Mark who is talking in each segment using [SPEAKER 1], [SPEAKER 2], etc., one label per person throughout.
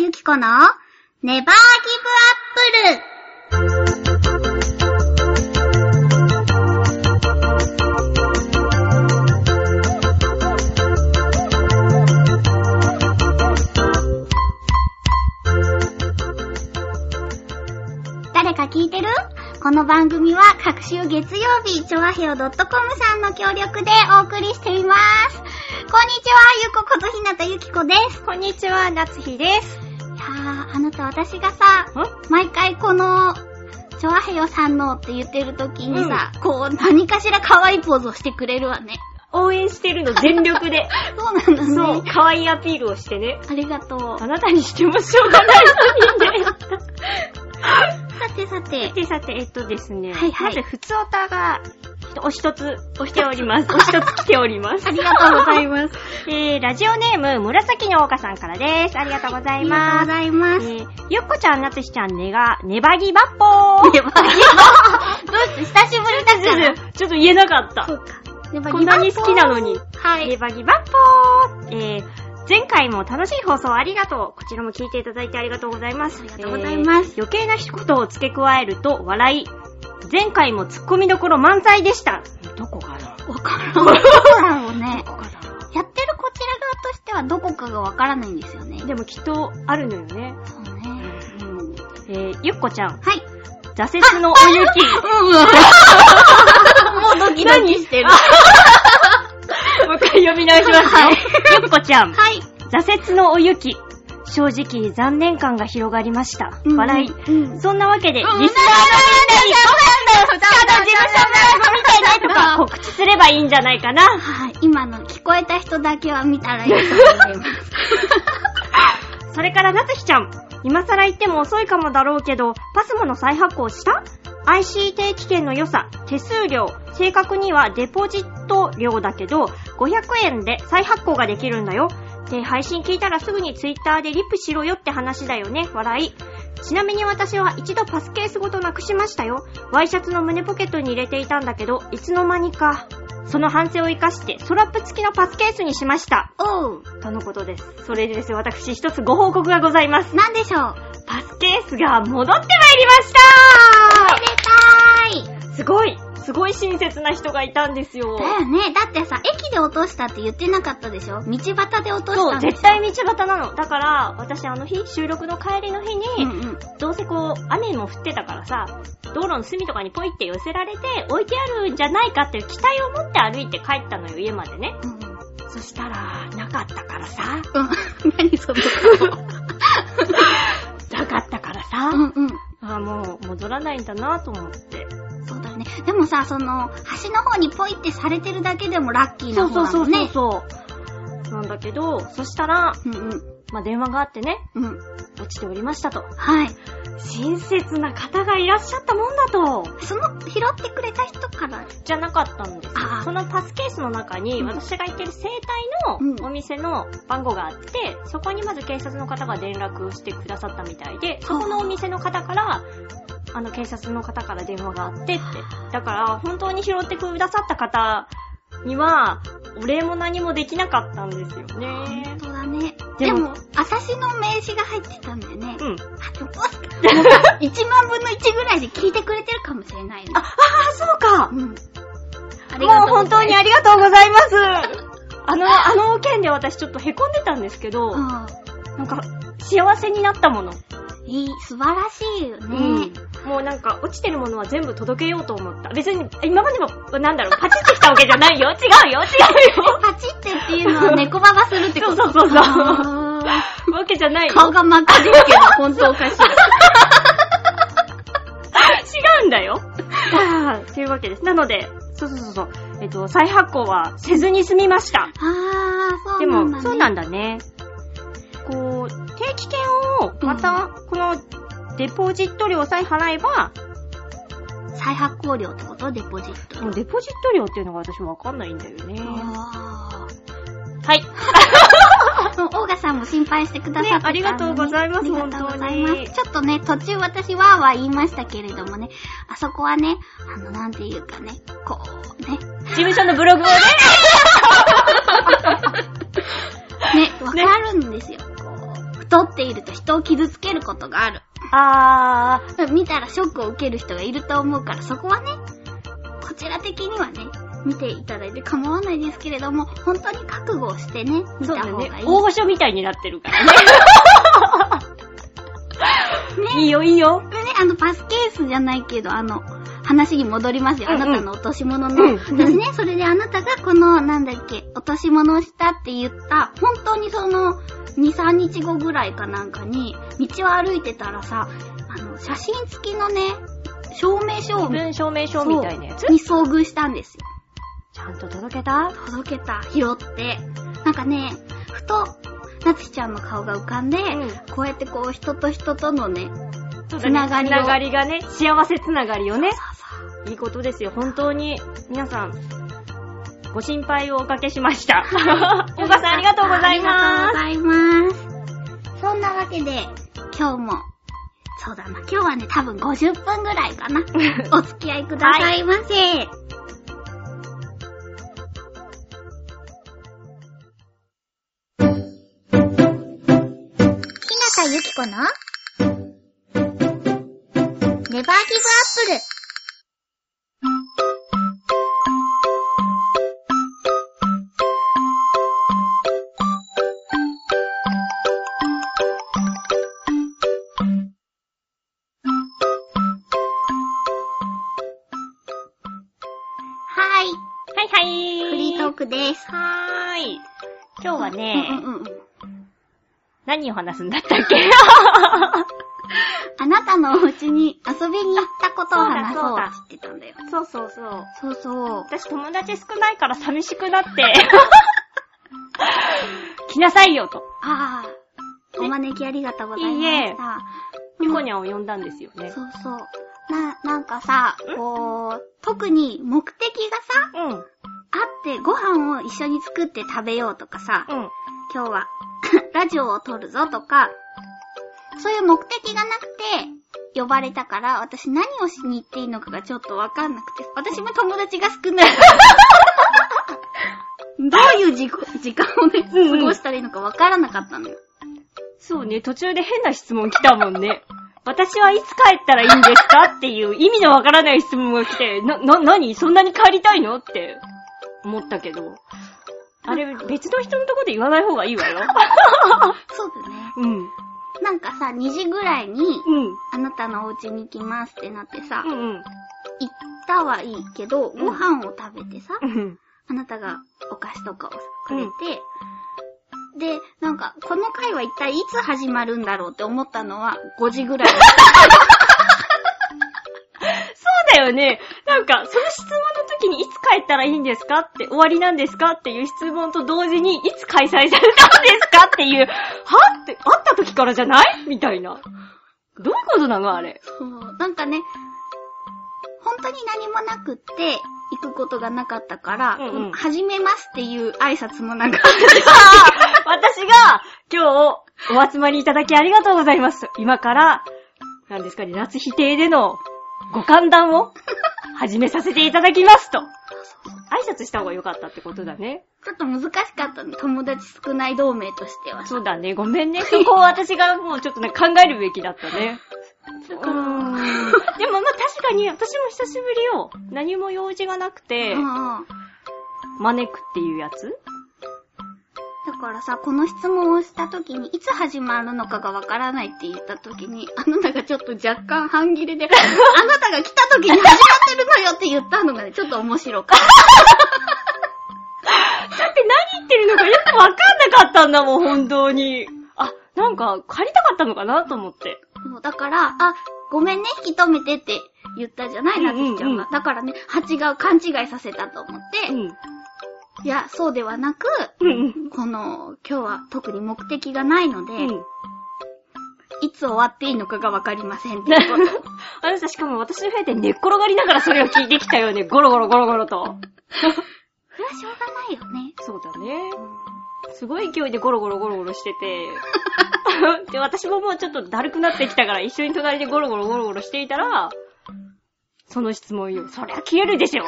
[SPEAKER 1] ゆきこのネバーギブアップル誰か聞いてるこの番組は各週月曜日、ちょわへよ .com さんの協力でお送りしています。こんにちは、ゆこことひなたゆきこです。
[SPEAKER 2] こんにちは、夏日です。
[SPEAKER 1] いやー、あなた私がさ、毎回この、ちょわへよさんのって言ってる時にさ、こう何かしら可愛いポーズをしてくれるわね。
[SPEAKER 2] 応援してるの全力で。
[SPEAKER 1] そうなんだ
[SPEAKER 2] そう、
[SPEAKER 1] ね。
[SPEAKER 2] 可愛いアピールをしてね。
[SPEAKER 1] ありがとう。
[SPEAKER 2] あなたにしてもしょうがない人間で。
[SPEAKER 1] さてさて
[SPEAKER 2] さ、てさて、えっとですね。
[SPEAKER 1] はいはい
[SPEAKER 2] まず、普通オタが、お一つ、おしております。お一つ来ております。
[SPEAKER 1] ありがとうござい
[SPEAKER 2] ま
[SPEAKER 1] ます。
[SPEAKER 2] す。 えー、ラジオネーム、紫の岡さんからです。ありがとうござ
[SPEAKER 1] あ
[SPEAKER 2] い
[SPEAKER 1] りがとう
[SPEAKER 2] ま
[SPEAKER 1] ご
[SPEAKER 2] す。
[SPEAKER 1] ざいます。
[SPEAKER 2] えー、ゆっこちゃん、なつしちゃん、ねが、ねばぎばっぽー。
[SPEAKER 1] ネバーギブどうして久しぶり だから。
[SPEAKER 2] ちょっと言えなかった。
[SPEAKER 1] うか。ネバ
[SPEAKER 2] こんなに好きなのに。
[SPEAKER 1] は
[SPEAKER 2] ギ
[SPEAKER 1] い。
[SPEAKER 2] バギバッポーえー、前回も楽しい放送ありがとう。こちらも聞いていただいてありがとうございます。
[SPEAKER 1] ありがとうございます
[SPEAKER 2] えー余計なことを付け加えると笑い。前回もツッコミどころ満載でした。どこかな
[SPEAKER 1] わからん。どうだろうね。
[SPEAKER 2] こかな
[SPEAKER 1] やってるこちら側としてはどこかがわからないんですよね。
[SPEAKER 2] でもきっとあるのよね。
[SPEAKER 1] そうね。
[SPEAKER 2] うんえー、ゆっこちゃん、
[SPEAKER 1] はい。
[SPEAKER 2] 挫折のお雪。
[SPEAKER 1] もうドキドキして る。
[SPEAKER 2] もう一回読み直しますよ。ゆっこちゃん、
[SPEAKER 1] はい。
[SPEAKER 2] 挫折のお雪。正直残念感が広がりました。
[SPEAKER 1] うん
[SPEAKER 2] 笑い。
[SPEAKER 1] うん
[SPEAKER 2] そんなわけで、リスナーのみんなに
[SPEAKER 1] そうなんだよ、そうなんだよ、
[SPEAKER 2] ただ事務所のライブみたいなやつとか告知すればいいんじゃないかな。
[SPEAKER 1] はい。今の聞こえた人だけは見たらいいと思います。
[SPEAKER 2] それから、なつひちゃん。今更言っても遅いかもだろうけど、パスモの再発行した ?IC 定期券の良さ、手数料、正確にはデポジット料だけど、500円で再発行ができるんだよ。で、配信聞いたらすぐにツイッターでリップしろよって話だよね。笑い。ちなみに私は一度パスケースごとなくしましたよ。ワイシャツの胸ポケットに入れていたんだけど、いつの間にか。その反省を活かして、ストラップ付きのパスケースにしました。
[SPEAKER 1] おう。
[SPEAKER 2] とのことです。それでですね、私一つご報告がございます。
[SPEAKER 1] なんでしょう。
[SPEAKER 2] パスケースが戻ってまい
[SPEAKER 1] お
[SPEAKER 2] り
[SPEAKER 1] め
[SPEAKER 2] まし
[SPEAKER 1] でたーい。
[SPEAKER 2] たすごいすごい親切な人がいたんですよ
[SPEAKER 1] だ。よね。だってさ、駅で落としたって言ってなかったでしょ道端で落とし
[SPEAKER 2] そ
[SPEAKER 1] た
[SPEAKER 2] う、
[SPEAKER 1] んで
[SPEAKER 2] 絶対道端なの。だから、私あの日、収録の帰りの日に、
[SPEAKER 1] うんうん。
[SPEAKER 2] どうせこう、雨も降ってたからさ、道路の隅とかにポイって寄せられて、置いてあるんじゃないかっていう期待を持って歩いて帰ったのよ、家までね。
[SPEAKER 1] うんうん
[SPEAKER 2] そしたら、なかったからさ、
[SPEAKER 1] うん。 何その
[SPEAKER 2] なかったからさ、
[SPEAKER 1] うんうん。
[SPEAKER 2] ああ、もう戻らないんだなと思って。
[SPEAKER 1] そうだよね。でもさ、その、端の方にポイってされてるだけでもラッキー
[SPEAKER 2] そ
[SPEAKER 1] な
[SPEAKER 2] うそ
[SPEAKER 1] 方
[SPEAKER 2] う
[SPEAKER 1] だ
[SPEAKER 2] そ
[SPEAKER 1] も
[SPEAKER 2] うんそう
[SPEAKER 1] ね。
[SPEAKER 2] そう。なんだけど、そしたら、
[SPEAKER 1] うんうん。
[SPEAKER 2] まあ、電話があってね、
[SPEAKER 1] うん。
[SPEAKER 2] 落ちておりましたと。
[SPEAKER 1] はい。
[SPEAKER 2] 親切な方がいらっしゃったもんだと。
[SPEAKER 1] その、拾ってくれた人から、
[SPEAKER 2] じゃなかったんですよ
[SPEAKER 1] ああ
[SPEAKER 2] そのパスケースの中に、
[SPEAKER 1] うん
[SPEAKER 2] 私が行ってる生
[SPEAKER 1] う
[SPEAKER 2] 体
[SPEAKER 1] ん
[SPEAKER 2] のお店の番号があって、そこにまず警察の方が連絡をしてくださったみたいで、そこのお店の方から、あの警察の方から電話があってって。だから、本当に拾ってくださった方には、お礼も何もできなかったんですよね
[SPEAKER 1] 本。当だね。で
[SPEAKER 2] でも
[SPEAKER 1] も、あさしの名刺が入ってたんだよ ね。
[SPEAKER 2] うん。
[SPEAKER 1] あ、でも、1万分の1ぐらいで聞いてくれてるかもしれないね。
[SPEAKER 2] あ、ああ、そうか
[SPEAKER 1] うん。あ
[SPEAKER 2] もう本当にあ
[SPEAKER 1] り
[SPEAKER 2] りがとうございます。 あの、あの件で私ちょっと凹んでたんですけど、
[SPEAKER 1] がとう。
[SPEAKER 2] なんか、幸せになったもの。
[SPEAKER 1] うん。いい、素晴らしいよね。
[SPEAKER 2] もうなんか、落ちてるものは全部届けようと思った。別に、今までも、なんだろう、パチってきたわけじゃないよ。違うよ、違うよ。
[SPEAKER 1] パチってっていうのは猫ババするってこと
[SPEAKER 2] そうそうそうそう
[SPEAKER 1] あー
[SPEAKER 2] わけじゃないよ。
[SPEAKER 1] 顔が真っ赤です けど、本当おかしい。
[SPEAKER 2] 違うんだ よ。あーというわけです。なので、そうそうそうそう。えっと、再発行はせずに済みました。
[SPEAKER 1] あー、そう
[SPEAKER 2] で
[SPEAKER 1] な
[SPEAKER 2] も
[SPEAKER 1] んだ、、ね。
[SPEAKER 2] そうなん
[SPEAKER 1] だ。
[SPEAKER 2] だね。こう、定期券を、また、この、デポジット料さえ払えば、
[SPEAKER 1] 再発行料ってことデポジット。
[SPEAKER 2] デポジット料っていうのが私わかんないんだよね。
[SPEAKER 1] あ
[SPEAKER 2] はい。
[SPEAKER 1] ー。オーガさんも心配してくださってたのね、
[SPEAKER 2] ねありがとうございます
[SPEAKER 1] ありがとうござい
[SPEAKER 2] 本
[SPEAKER 1] ま
[SPEAKER 2] 当に
[SPEAKER 1] す。ちょっとね、途中私わーわー言いましたけれどもね、あそこはね、あの、なんていうかね、こう、 ね、
[SPEAKER 2] 事務所のブログをね、
[SPEAKER 1] ね、わかるんですよ。こう、太っていると人を傷つけることがある。
[SPEAKER 2] あー、
[SPEAKER 1] 見たらショックを受ける人がいると思うから、そこはね、こちら的にはね、見ていただいて構わないですけれども、本当に覚悟をしてね、見
[SPEAKER 2] そう
[SPEAKER 1] た方
[SPEAKER 2] だよ
[SPEAKER 1] がいい。。
[SPEAKER 2] ね大御所みたいになってるから ね。
[SPEAKER 1] ね
[SPEAKER 2] いいよ、いいよ。
[SPEAKER 1] でね、あの、パスケースじゃないけど、あの、話に戻りますよ。
[SPEAKER 2] う
[SPEAKER 1] あ
[SPEAKER 2] んうん
[SPEAKER 1] なたの落とし物
[SPEAKER 2] うん
[SPEAKER 1] の。私ね、それであなたがこの、なんだっけ、落とし物をしたって言った、本当にその、2、3日後ぐらいかなんかに、道を歩いてたらさ、あの、写真付きのね、証明書を、
[SPEAKER 2] 分証明書みたいなやつ
[SPEAKER 1] そうに遭遇したんですよ。
[SPEAKER 2] ちゃんと届けた
[SPEAKER 1] 届けた、拾って。なんかね、ふと、なつきちゃんの顔が浮かんで、
[SPEAKER 2] ん
[SPEAKER 1] こうやってこう、人と人とのね、
[SPEAKER 2] そう
[SPEAKER 1] つ
[SPEAKER 2] だね
[SPEAKER 1] ながりを
[SPEAKER 2] つながりがね、幸せつながりをね。
[SPEAKER 1] ささ
[SPEAKER 2] いいことですよ。本当に、皆さん、ご心配をおかけしま した。おばさんありがとうございま
[SPEAKER 1] ありがとうございます。そんなわけで、今日も、そうだな、今日はね、多分50分ぐらい かな。
[SPEAKER 2] す。
[SPEAKER 1] お付き合いくださいませ。日向ゆきこのネバーギブアップル。はい、
[SPEAKER 2] はいはい。
[SPEAKER 1] フリートークです。
[SPEAKER 2] はーい。今日は
[SPEAKER 1] うん
[SPEAKER 2] ね、
[SPEAKER 1] うんうん。
[SPEAKER 2] 何を話すんだったっけ
[SPEAKER 1] あなたのお家に遊びに行ったことを話そうって言ってたんだよ。
[SPEAKER 2] そうそうそう。
[SPEAKER 1] そうそう。
[SPEAKER 2] 私友達少ないから寂しくな って、来なさいよと。
[SPEAKER 1] ああ、お招きありがとうございました。
[SPEAKER 2] ニコニャンを呼んだんですよね。
[SPEAKER 1] そうそう。な、なんかさ、こう、特に目的がさ、
[SPEAKER 2] うん。うん。
[SPEAKER 1] あってご飯を一緒に作って食べようとかさ、今日は ラジオを撮るぞとか、そういう目的がなくて、呼ばれたから、私何をしに行っていいのかがちょっとわかんなくて、私も友達が少ない。どういう時時間をね、
[SPEAKER 2] うんうん
[SPEAKER 1] 過ごしたらいいのかわからなかったのよ。
[SPEAKER 2] そうね、途中で変な質問来たもんね。私はいつ帰ったらいいんですかっていう意味のわからない質問が来て、な、な、何そんなに帰りたいのって思ったけど。あれ、別の人のとこで言わない方がいいわよ。
[SPEAKER 1] そうだね。
[SPEAKER 2] うん。うん。
[SPEAKER 1] なんかさ、2時ぐらいに、あなたのお家に行きますってなってさ、
[SPEAKER 2] う
[SPEAKER 1] 行
[SPEAKER 2] んうん。
[SPEAKER 1] ったはいいけど、
[SPEAKER 2] うん
[SPEAKER 1] ご飯を食べてさ、
[SPEAKER 2] うん。
[SPEAKER 1] あなたがお菓子とかをさくれて、で、なんか、この回は一体いつ始まるんだろうって思ったのは5時ぐらい。
[SPEAKER 2] そうだよね。なんか、その質問の時にいつ帰ったらいいんですかって、終わりなんですかっていう質問と同時に、いつ開催されたんですかっていう、はって、会った時からじゃないみたいな。どういうことなのあれ。
[SPEAKER 1] そう、なんかね、本当に何もなくって、行くことがなかったから、
[SPEAKER 2] うんうん
[SPEAKER 1] 始めますっていう挨拶もなんか、
[SPEAKER 2] 私が、今日、お集まりいただきありがとうございます。今から、なんですかね、夏否定での、ご歓談を、始めさせていただきますと。挨拶した方が良かったってことだね。
[SPEAKER 1] ちょっと難しかったの。友達少ない同盟としては。
[SPEAKER 2] そうだね。ごめんね。そこを私がもうちょっとね、考えるべきだったね。う
[SPEAKER 1] だ
[SPEAKER 2] ーん。
[SPEAKER 1] か
[SPEAKER 2] でも
[SPEAKER 1] ら
[SPEAKER 2] まあ確かに、私も久しぶりよ。何も用事がなくて、
[SPEAKER 1] うんうん
[SPEAKER 2] 招くっていうやつ
[SPEAKER 1] だからさ、この質問をした時に、いつ始まるのかがわからないって言った時に、あなたがちょっと若干半切れ で、あなたが来た時に始まってるのよって言ったのがね、ちょっと面白かっ
[SPEAKER 2] だって何言ってるのかよくわかんなかったんだもん、本当に。あ、なんか、借りたかったのかなと思って。
[SPEAKER 1] た。そうだから、あ、ごめんね、引き止めてって言ったじゃない、なつきちゃんが。
[SPEAKER 2] うんうんうん
[SPEAKER 1] だからね、蜂が勘違いさせたと思って、
[SPEAKER 2] うん。
[SPEAKER 1] いや、そうではなく、
[SPEAKER 2] うん。
[SPEAKER 1] この、今日は特に目的がないので、
[SPEAKER 2] うん。
[SPEAKER 1] いつ終わっていいのかがわかりませんっていうこと。
[SPEAKER 2] あのさ、しかも私の部屋で寝っ転がりながらそれを聞いてきたよね。ゴロゴロゴロゴロと。
[SPEAKER 1] それはしょうがないよね。
[SPEAKER 2] そうだね。すごい勢いでゴロゴロゴロゴロしてて。で、私ももうちょっとだるくなってきたから、一緒に隣でゴロゴロゴロゴロしていたら、その質問よ。そりゃ消えるでしょ。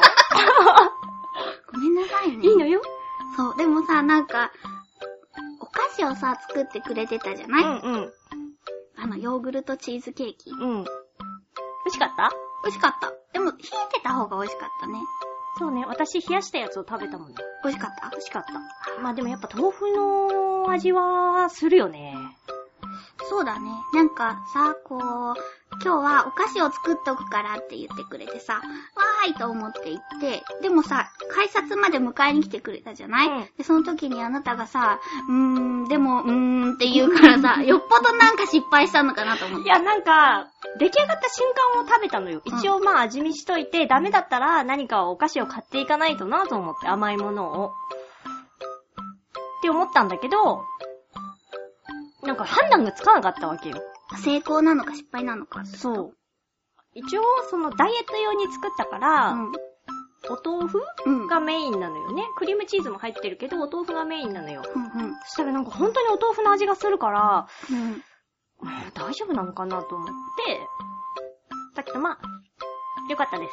[SPEAKER 1] ごめんなさいね。
[SPEAKER 2] いいのよ。
[SPEAKER 1] そう、でもさ、なんか、お菓子をさ、作ってくれてたじゃ
[SPEAKER 2] う
[SPEAKER 1] ない、
[SPEAKER 2] んうん。
[SPEAKER 1] あの、ヨーグルトチーズケーキ。
[SPEAKER 2] うん。美味しかった
[SPEAKER 1] 美味しかった。でも、冷えてた方が美味しかったね。
[SPEAKER 2] そうね、私冷やしたやつを食べたもんね。
[SPEAKER 1] 美味しかった
[SPEAKER 2] 美味しかった。まあでもやっぱ豆腐の味はするよね。
[SPEAKER 1] そうだね。なんかさ、こう、今日はお菓子を作っとくからって言ってくれてさ、わーいと思って行って、でもさ、改札まで迎えに来てくれたじゃない、
[SPEAKER 2] うん
[SPEAKER 1] で、その時にあなたがさ、うーん、でも、うーんって言うから さ、よっぽどなんか失敗したのかなと思っ
[SPEAKER 2] い
[SPEAKER 1] て。
[SPEAKER 2] や、なんか、出来上がった瞬間を食べたのよ。
[SPEAKER 1] うん
[SPEAKER 2] 一応まあ味見しといて、ダメだったら何かお菓子を買っていかないとなと思って、甘いものを。って思ったんだけど、なんか判断がつかなかったわけよ。
[SPEAKER 1] 成功なのか失敗なのかって。
[SPEAKER 2] そう。一応、そのダイエット用に作ったから、
[SPEAKER 1] うん。
[SPEAKER 2] お豆腐
[SPEAKER 1] うん。
[SPEAKER 2] がメインなのよね。クリームチーズも入ってるけど、お豆腐がメインなのよ。
[SPEAKER 1] うんうん。
[SPEAKER 2] そしたらなんか本当にお豆腐の味がするから、
[SPEAKER 1] うん。
[SPEAKER 2] うん大丈夫なのかなと思って、だけどまあ、よかったです。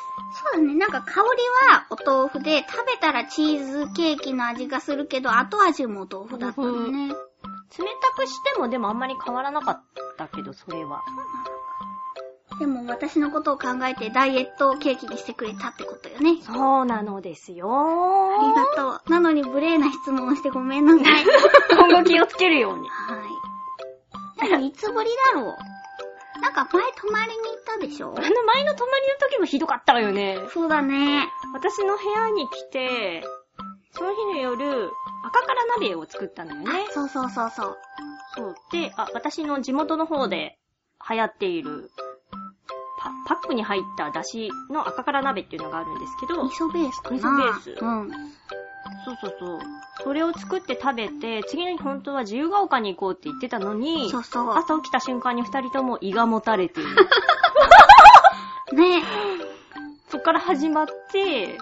[SPEAKER 1] そうだね。なんか香りはお豆腐で、食べたらチーズケーキの味がするけど、後味もお豆腐だったのね。
[SPEAKER 2] 冷たくしてもでもあんまり変わらなかったけど、それは。
[SPEAKER 1] でも私のことを考えてダイエットをケーキにしてくれたってことよね。
[SPEAKER 2] そうなのですよ
[SPEAKER 1] あ
[SPEAKER 2] あ
[SPEAKER 1] りがとう。なのに無礼な質問をしてごめんなさい。
[SPEAKER 2] とう。今後気をつけるように。
[SPEAKER 1] はい。でもいつぶりだろう。なんか前泊まりに行ったでしょ
[SPEAKER 2] あの前の泊まりの時もひどかったわよね。
[SPEAKER 1] そうだね。
[SPEAKER 2] 私の部屋に来て、その日の夜、赤から鍋を作ったんだよね
[SPEAKER 1] あ、。そうそうそうそう。
[SPEAKER 2] そう。で、あ、私の地元の方で流行っている、パパックに入った出汁の赤から鍋っていうのがあるんですけど、
[SPEAKER 1] 味噌ベースかな。
[SPEAKER 2] 味噌ベース
[SPEAKER 1] うん。
[SPEAKER 2] そうそうそう。それを作って食べて、次の日本当は自由が丘に行こうって言ってたのに、
[SPEAKER 1] そうそう。
[SPEAKER 2] 朝起きた瞬間に二人とも胃がもたれ ている。
[SPEAKER 1] ね。
[SPEAKER 2] そっから始まって、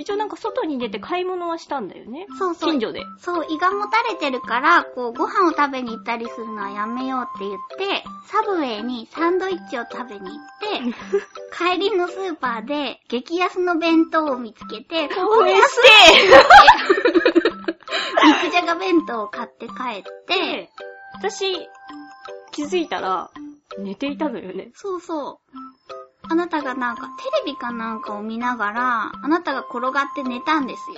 [SPEAKER 2] 一応なんか外に出て買い物はしたんだよね。
[SPEAKER 1] そうそう。
[SPEAKER 2] 近所で。
[SPEAKER 1] そう、胃がもたれてるから、こう、ご飯を食べに行ったりするのはやめようって言って、サブウェイにサンドイッチを食べに行って、帰りのスーパーで激安の弁当を見つけて、
[SPEAKER 2] 応援し
[SPEAKER 1] 肉じゃが弁当を買って帰って、
[SPEAKER 2] で、私、気づいたら、寝ていたのよね。
[SPEAKER 1] そうそう。あなたがなんか、テレビかなんかを見ながら、あなたが転がって寝たんですよ。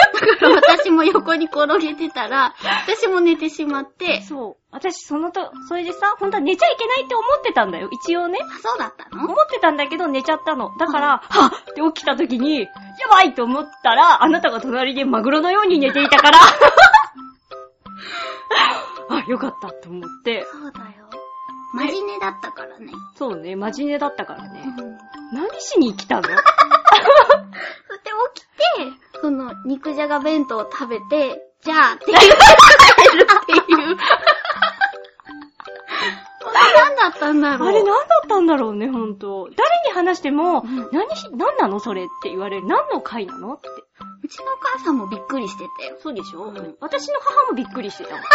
[SPEAKER 1] だから私も横に転げてたら、私も寝てしまって、
[SPEAKER 2] そう。私、そのと、それでさ、本当は寝ちゃいけないって思ってたんだよ。一応ね。
[SPEAKER 1] あ、そうだったの
[SPEAKER 2] 思ってたんだけど寝ちゃったの。だから、はっって起きた時に、やばいと思ったら、あなたが隣でマグロのように寝ていたから、 あ、よかったと思って。
[SPEAKER 1] そうだよ。マジ寝だったからね。
[SPEAKER 2] そうね、真面目だったから
[SPEAKER 1] うん。
[SPEAKER 2] ね。
[SPEAKER 1] で、
[SPEAKER 2] 何しに来た
[SPEAKER 1] 起
[SPEAKER 2] の
[SPEAKER 1] きて、その、肉じゃが弁当を食べて、じゃあ、って言って帰るっていう。あれ何だったんだ
[SPEAKER 2] あ
[SPEAKER 1] ろう。
[SPEAKER 2] れ何だったんだろうね、ほんと。誰に話しても、
[SPEAKER 1] うん
[SPEAKER 2] 何し、何なのそれって言われる。何の会なのって。
[SPEAKER 1] うちのお母さんもびっくりしてたよ。
[SPEAKER 2] そうでしょ、
[SPEAKER 1] うん
[SPEAKER 2] 私の母もびっくりしてたもん。
[SPEAKER 1] だっ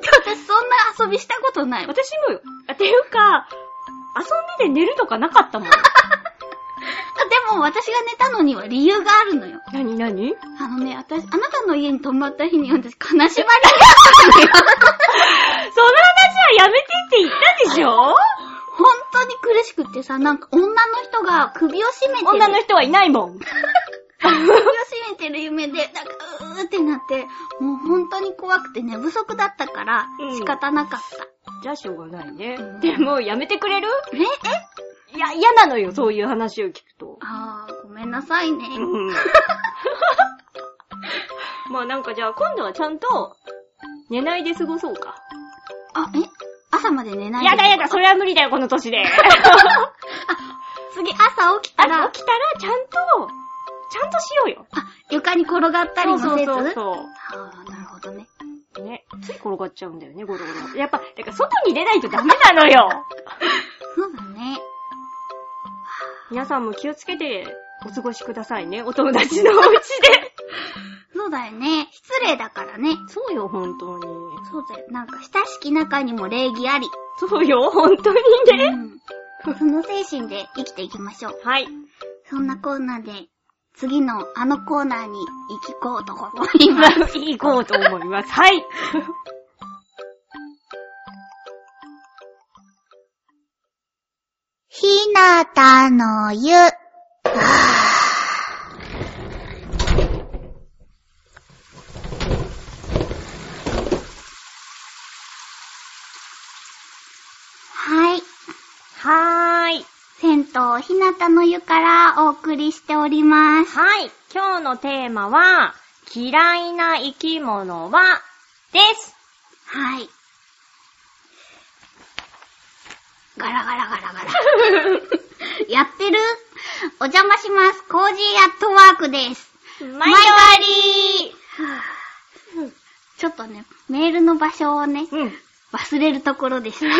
[SPEAKER 1] て私そんな遊びしたことない。
[SPEAKER 2] 私もよ。っていうか、遊んでて寝るとかなかったもん。
[SPEAKER 1] あでも私が寝たのには理由があるのよ。
[SPEAKER 2] 何何
[SPEAKER 1] あのね、私、あなたの家に泊まった日に私、金縛りが
[SPEAKER 2] その話はやめてって言ったでしょ
[SPEAKER 1] 本当に苦しくってさ、なんか女の人が首を絞めてる。
[SPEAKER 2] 女の人はいないもん。
[SPEAKER 1] 首を絞めてる夢で、なんか、うーってなって、もう本当に怖くて寝不足だったから
[SPEAKER 2] うん、
[SPEAKER 1] 仕方なかった。
[SPEAKER 2] じゃあしょうがないね
[SPEAKER 1] うん。
[SPEAKER 2] でも、やめてくれる
[SPEAKER 1] ええ
[SPEAKER 2] いや、嫌なのよ、そういう話を聞くと。
[SPEAKER 1] あー、ごめんなさいね。
[SPEAKER 2] うん。まあなんかじゃあ、今度はちゃんと、寝ないで過ごそうか。
[SPEAKER 1] あ、え朝まで寝ないで
[SPEAKER 2] やだやだ、それは無理だよ、この年で。
[SPEAKER 1] 次朝起きた
[SPEAKER 2] あ
[SPEAKER 1] ら、
[SPEAKER 2] の、起きたら、ちゃんと、ちゃんとしようよ。
[SPEAKER 1] あ、床に転がったりもせず
[SPEAKER 2] そうそうそ
[SPEAKER 1] あー、なるほどね。
[SPEAKER 2] う。ね、つい転がっちゃうんだよね、ゴロゴロ。やっぱ、だから外に出ないとダメなのよ。
[SPEAKER 1] そうだね。
[SPEAKER 2] 皆さんも気をつけてお過ごしくださいね。お友達のお家で。
[SPEAKER 1] そうだよね。失礼だからね。
[SPEAKER 2] そうよ、本当に。
[SPEAKER 1] そうだよ。なんか、親しき中にも礼儀あり。
[SPEAKER 2] そうよ、本当に
[SPEAKER 1] う
[SPEAKER 2] ね。
[SPEAKER 1] ん。その精神で生きていきましょう。
[SPEAKER 2] はい。
[SPEAKER 1] そんなコーナーで、次のあのコーナーに行きこうと思います。
[SPEAKER 2] 行こうと思います。はい。
[SPEAKER 1] ひなたの湯。あーはい。
[SPEAKER 2] はーい。
[SPEAKER 1] 銭湯ひなたの湯からお送りしております。
[SPEAKER 2] はい。今日のテーマは、嫌いな生き物は、 です。
[SPEAKER 1] はい。ガラガラガラガラ。 やってるお邪魔します。コージーアットワークです。
[SPEAKER 2] マイ
[SPEAKER 1] わ
[SPEAKER 2] り
[SPEAKER 1] ちょっとね、メールの場所をね、
[SPEAKER 2] うん。
[SPEAKER 1] 忘れるところでした。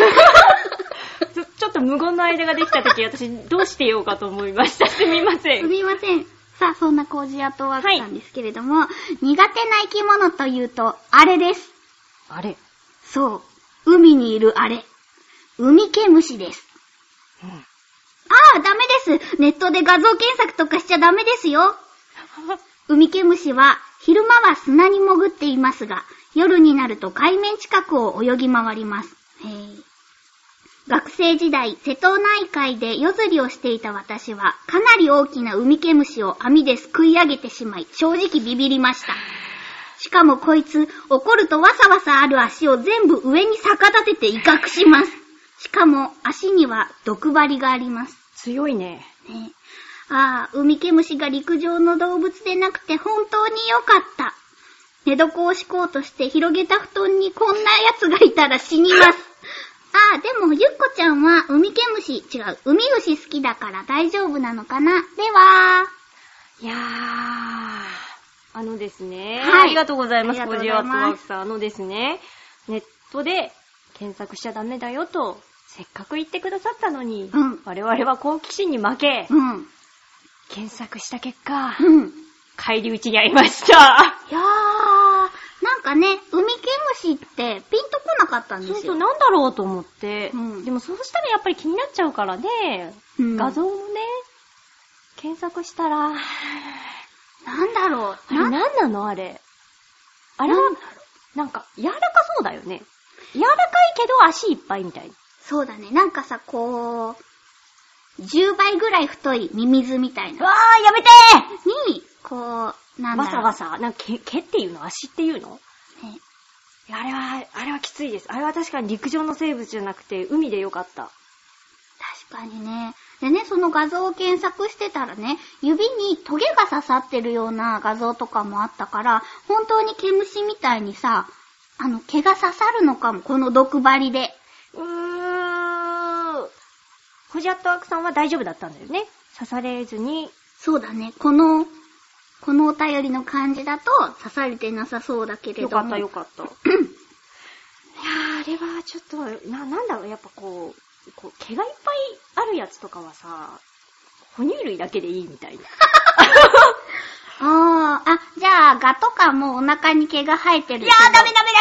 [SPEAKER 2] ちょ、ちょっと無言の間ができたとき、私、どうしてようかと思いました。すみま せ
[SPEAKER 1] す
[SPEAKER 2] ん。
[SPEAKER 1] みません。さあ、そんなコージーアットワークなんですけれども、苦手な生き物というと、あれです。
[SPEAKER 2] あれ
[SPEAKER 1] そう。海にいるあれ。ウミケムシです。ああ、ダメです。ネットで画像検索とかしちゃダメですよ。ウミケムシは昼間は砂に潜っていますが、夜になると海面近くを泳ぎ回ります。へえ学生時代、瀬戸内海で夜釣りをしていた私は、かなり大きなウミケムシを網ですくい上げてしまい、正直ビビりました。しかもこいつ、怒るとわさわさある足を全部上に逆立てて威嚇します。しかも足には毒針があります。
[SPEAKER 2] 強いね。
[SPEAKER 1] ねえああ、ウミケムシが陸上の動物でなくて本当に良かった。寝床を敷こうとして広げた布団にこんな奴がいたら死にます。 ああ、でもゆっこちゃんはウミケムシ、違う、ウミウシ好きだから大丈夫なのかなでは、
[SPEAKER 2] いやー、あのですね、
[SPEAKER 1] はい
[SPEAKER 2] ありがとうございま
[SPEAKER 1] あ
[SPEAKER 2] す、
[SPEAKER 1] り
[SPEAKER 2] コ
[SPEAKER 1] がとう
[SPEAKER 2] ー
[SPEAKER 1] ご
[SPEAKER 2] ジ
[SPEAKER 1] ざ
[SPEAKER 2] ーア
[SPEAKER 1] い
[SPEAKER 2] ットワ
[SPEAKER 1] ます
[SPEAKER 2] ークさん。あのですね、ネットで検索しちゃダメだよと、せっかく言ってくださったのに、
[SPEAKER 1] うん
[SPEAKER 2] 我々は好奇心に負け、
[SPEAKER 1] うん、
[SPEAKER 2] 検索した結果、
[SPEAKER 1] うん。
[SPEAKER 2] 帰り討ちに会いました。
[SPEAKER 1] いやー、なんかね、ウミケムシってピンとこなかったんです
[SPEAKER 2] そ
[SPEAKER 1] よ。
[SPEAKER 2] うそう、なんだろうと思って、
[SPEAKER 1] うん
[SPEAKER 2] でもそうしたらやっぱり気になっちゃうからね、
[SPEAKER 1] うん
[SPEAKER 2] 画像もね、検索したら、あ
[SPEAKER 1] なんだろう。
[SPEAKER 2] れ
[SPEAKER 1] な
[SPEAKER 2] 何なのあれ。あれは
[SPEAKER 1] なんだろ、
[SPEAKER 2] なんか柔らかそうだよね。柔らかいけど足いっぱいみたいな。
[SPEAKER 1] そうだね、なんかさ、こう、10倍ぐらい太いミミズみたいうな。
[SPEAKER 2] わー、やめて
[SPEAKER 1] に、こう、な
[SPEAKER 2] ー
[SPEAKER 1] んだろ
[SPEAKER 2] わ
[SPEAKER 1] う
[SPEAKER 2] さわさ、なんか毛毛っていうの足っていうの
[SPEAKER 1] ね
[SPEAKER 2] いやあれは、あれはきついです。あれは確かに陸上の生物じゃなくて、海でよかった。
[SPEAKER 1] 確かにね。でね、その画像を検索してたらね、指にトゲが刺さってるような画像とかもあったから、本当に毛虫みたいにさ、あの、毛が刺さるのかも、この毒針で。
[SPEAKER 2] うー。コジアットワークさんは大丈夫だったんだよね。刺されずに。
[SPEAKER 1] そうだね、この、このお便りの感じだと刺されてなさそうだけれど
[SPEAKER 2] よ
[SPEAKER 1] も。
[SPEAKER 2] かったよか った。いやー、あれはちょっと、な、なんだろう、やっぱこう、こう毛がいっぱいあるやつとかはさ、哺乳類だけでいいみ たいな。
[SPEAKER 1] あー、あ、じゃあ、ガとかもお腹に毛が生えてるけど。
[SPEAKER 2] ダメダメダメ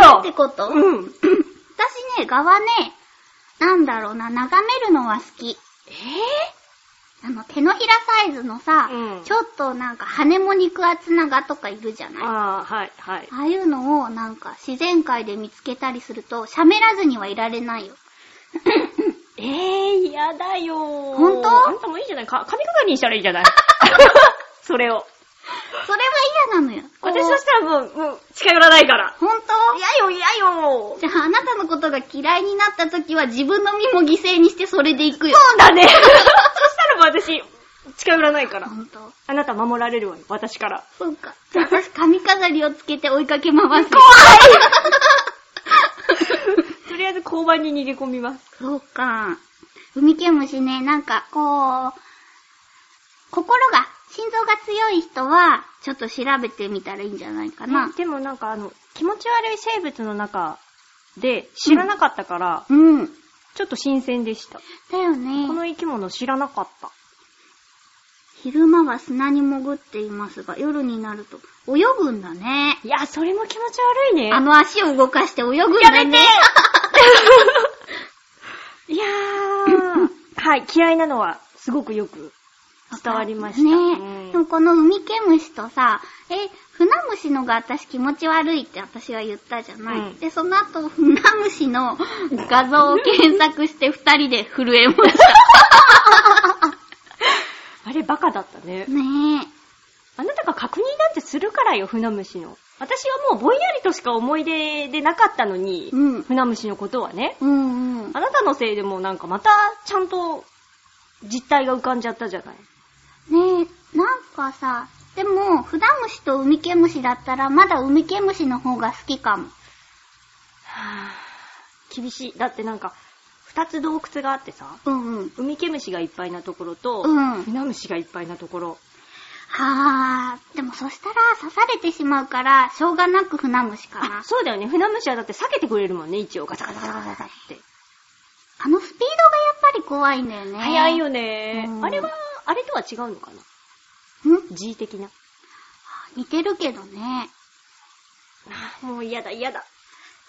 [SPEAKER 2] ダメ
[SPEAKER 1] ってこと、
[SPEAKER 2] ダメようん。
[SPEAKER 1] 私ね、ガはね、なんだろうな、眺めるのは好き。
[SPEAKER 2] え
[SPEAKER 1] あの、手のひらサイズのさ、
[SPEAKER 2] うん
[SPEAKER 1] ちょっとなんか羽も肉厚なガとかいるじゃ
[SPEAKER 2] ー、
[SPEAKER 1] ないあ
[SPEAKER 2] あー、はい、はい。
[SPEAKER 1] あいうのをなんか自然界で見つけたりすると、喋らずにはいられないよ。
[SPEAKER 2] えー、嫌だよー。
[SPEAKER 1] ほんと
[SPEAKER 2] あんたもいいじゃないか、髪鏡にしたらいいじゃ ないそれを。
[SPEAKER 1] それは嫌なのよ。こう
[SPEAKER 2] 私としたらもう、もう、近寄らないから。
[SPEAKER 1] 本当
[SPEAKER 2] 嫌よ、嫌よ。
[SPEAKER 1] じゃあ、あなたのことが嫌いになった時は自分の身も犠牲にしてそれで行くよ。
[SPEAKER 2] そうだ ね。そしたらもう私、近寄らないから。
[SPEAKER 1] 本当
[SPEAKER 2] あなた守られるわよ、私から。
[SPEAKER 1] そうか。じゃあ私、髪飾りをつけて追いかけ回す。怖い
[SPEAKER 2] とりあえず交番に逃げ込みます。
[SPEAKER 1] そうか。ウミケムシね、なんかこう、心が、心臓が強い人は、ちょっと調べてみたらいいんじゃないかな。
[SPEAKER 2] でもなんかあの、気持ち悪い生物の中で知らなかったから、
[SPEAKER 1] うん。
[SPEAKER 2] ちょっと新鮮でした。
[SPEAKER 1] だよ
[SPEAKER 2] こ
[SPEAKER 1] ね。
[SPEAKER 2] の生き物知らなかった。
[SPEAKER 1] 昼間は砂に潜っていますが、夜になると泳ぐんだね。
[SPEAKER 2] いや、それも気持ち悪いね。
[SPEAKER 1] あの足を動かして泳ぐん
[SPEAKER 2] や
[SPEAKER 1] だ
[SPEAKER 2] めて
[SPEAKER 1] ね。
[SPEAKER 2] いやー。はい、嫌いなのはすごくよく伝わりました。
[SPEAKER 1] ね
[SPEAKER 2] うん
[SPEAKER 1] でもこのウミケムシとさ、え、船虫のが私気持ち悪いって私は言ったじゃない。
[SPEAKER 2] うん
[SPEAKER 1] で、その後、船虫の画像を検索 して二人で震えまし
[SPEAKER 2] あれバカだったね
[SPEAKER 1] た。。ね
[SPEAKER 2] あなたが確認なんてするからよ、船虫の。私はもうぼんやりとしか思い出でなかったのに、
[SPEAKER 1] うん
[SPEAKER 2] 船虫のことはね。
[SPEAKER 1] え。うんうん
[SPEAKER 2] あ。なたのせいでもうなんかまたちゃんと実態が浮かんじゃったじゃない。
[SPEAKER 1] ねえ、なんかさ、でも、フダムシとウミケムシだったら、まだウミケムシの方が好きかも。
[SPEAKER 2] 厳しい。だってなんか、二つ洞窟があってさ、
[SPEAKER 1] うんうん。
[SPEAKER 2] ウミケムシがいっぱいなところと、
[SPEAKER 1] うん
[SPEAKER 2] 船虫がいっぱいなところ。
[SPEAKER 1] はぁ、でもそしたら刺されてしまうから、しょうがなくフナムシかな
[SPEAKER 2] あ、。そうだよね。船虫はだって避けてくれるもんね、一応ガサガサガサガサって。
[SPEAKER 1] あのスピードがやっぱり怖いんだよね。
[SPEAKER 2] 早いよね、
[SPEAKER 1] うん
[SPEAKER 2] あれは、あれとは違うのかな
[SPEAKER 1] うん。
[SPEAKER 2] ?G 的な。
[SPEAKER 1] 似てるけどね。
[SPEAKER 2] あもう嫌だ嫌だ。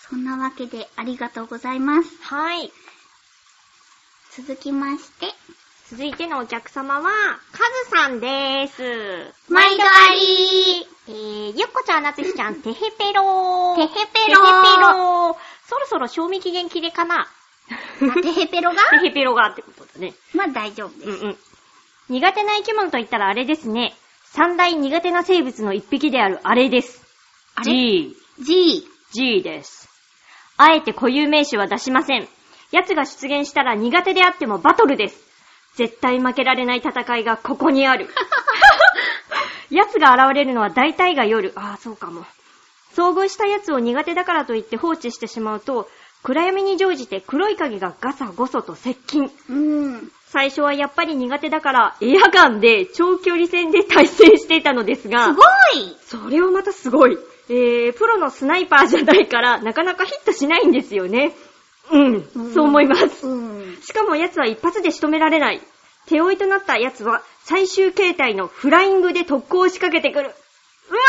[SPEAKER 1] そんなわけでありがとうございます。
[SPEAKER 2] はい。
[SPEAKER 1] 続きまして、
[SPEAKER 2] 続いてのお客様は、カズさんです。
[SPEAKER 1] 毎度あり
[SPEAKER 2] えー、ゆっこちゃん、なつひちゃん、てへぺろー。
[SPEAKER 1] てへぺろー
[SPEAKER 2] てへぺろーそろそろ賞味期限切れかな。
[SPEAKER 1] ー。てへぺ ろが
[SPEAKER 2] てへぺろがってことだね。
[SPEAKER 1] まあ大丈夫です。
[SPEAKER 2] うんうん。苦手な生き物と言ったらあれですね。三大苦手な生物の一匹であるあれです。
[SPEAKER 1] あれ
[SPEAKER 2] ?G。
[SPEAKER 1] ?G。
[SPEAKER 2] G です。あえて固有名詞は出しません。奴が出現したら苦手であってもバトルです。絶対負けられない戦いがここにある。奴が現れるのは大体が夜。ああ、そうかも。遭遇した奴を苦手だからといって放置してしまうと、暗闇に乗じて黒い影がガサゴソと接近。
[SPEAKER 1] うん。
[SPEAKER 2] 最初はやっぱり苦手だから、エアガンで長距離戦で対戦していたのですが、
[SPEAKER 1] すごい
[SPEAKER 2] それはまたすごい。えー、プロのスナイパーじゃないから、なかなかヒットしないんですよね。うん、
[SPEAKER 1] ん
[SPEAKER 2] そう思います。
[SPEAKER 1] うん。
[SPEAKER 2] しかも奴は一発で仕留められない。手負いとなった奴は、最終形態のフライングで特攻を仕掛けてくる。うわ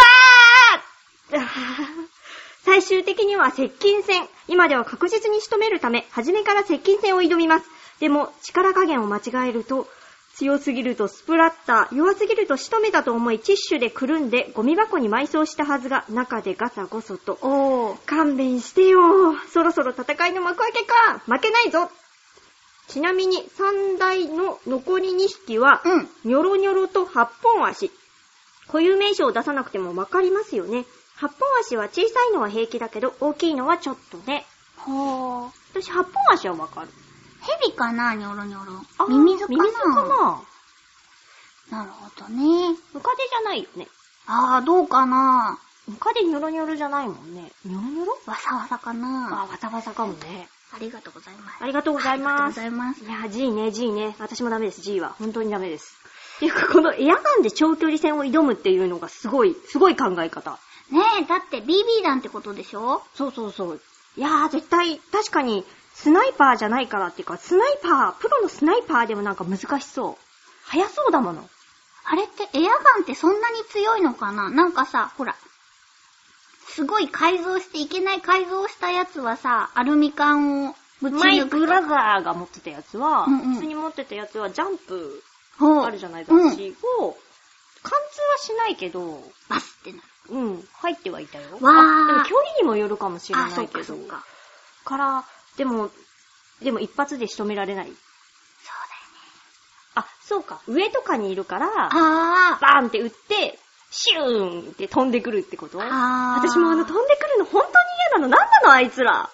[SPEAKER 2] ー 最終的には接近戦。今では確実に仕留めるため、初めから接近戦を挑みます。でも、力加減を間違えると、強すぎるとスプラッター、弱すぎると仕留めたと思いティッシュでくるんで、ゴミ箱に埋葬したはずが、中でガサゴソと。
[SPEAKER 1] おー。
[SPEAKER 2] 勘弁してよ。そろそろ戦いの幕開けか。負けないぞ。ちなみに、三大の残り2匹は、
[SPEAKER 1] うん。
[SPEAKER 2] ニョロニョロと八本足。固有名称を出さなくてもわかりますよね。八本足は小さいのは平気だけど、大きいのはちょっとね。
[SPEAKER 1] ほー。
[SPEAKER 2] 私、八本足はわかる。
[SPEAKER 1] ヘビかなニョロニョロ。
[SPEAKER 2] あー
[SPEAKER 1] ミミズかな
[SPEAKER 2] ミミズかな
[SPEAKER 1] なるほどね。
[SPEAKER 2] ムカデじゃないよね。
[SPEAKER 1] あー、どうかな
[SPEAKER 2] ムカデニョロニョロじゃないもんね。ニョロニョロ
[SPEAKER 1] わさわさか
[SPEAKER 2] あ
[SPEAKER 1] な
[SPEAKER 2] ー、わざわざかもね。
[SPEAKER 1] ありがとうございます。
[SPEAKER 2] ありがとうござい
[SPEAKER 1] ありがとう
[SPEAKER 2] ま
[SPEAKER 1] ご
[SPEAKER 2] す
[SPEAKER 1] ざ。います。
[SPEAKER 2] いや、G ね、G ね。私もダメです、G は。本当にダメです。っていうか、このエアガンで長距離戦を挑むっていうのがすごい、すごい考え方。
[SPEAKER 1] ねえ、だって BB 弾ってことでしょ
[SPEAKER 2] そうそうそう。いやー、絶対、確かに、スナイパーじゃないからっていうか、スナイパー、プロのスナイパーでもなんか難しそう。速そうだもの。
[SPEAKER 1] あれってエアガンってそんなに強いのかななんかさ、ほら、すごい改造していけない改造したやつはさ、アルミ缶をぶち
[SPEAKER 2] マイ
[SPEAKER 1] 抜
[SPEAKER 2] ク・
[SPEAKER 1] く。
[SPEAKER 2] ラザーが持ってたやつは、
[SPEAKER 1] うんうん
[SPEAKER 2] 普通に持ってたやつはジャンプ
[SPEAKER 1] ほう
[SPEAKER 2] あるじゃない、バ
[SPEAKER 1] うん
[SPEAKER 2] ッジを、貫通はしないけど、
[SPEAKER 1] バスってなる。
[SPEAKER 2] うん、入ってはいたよ。
[SPEAKER 1] わー
[SPEAKER 2] あでも距離にもよるかもしれな
[SPEAKER 1] あ、
[SPEAKER 2] いけど。
[SPEAKER 1] そっかそっか。
[SPEAKER 2] から、でも、でも一発で仕留められない。
[SPEAKER 1] そ
[SPEAKER 2] あ、そうか。上とかにいるから、
[SPEAKER 1] うだよね。あー。
[SPEAKER 2] バーンって撃って、シューンって飛んでくるってこと
[SPEAKER 1] あー
[SPEAKER 2] 私もあの飛んでくるの本当に嫌なの。なんなのあいつら。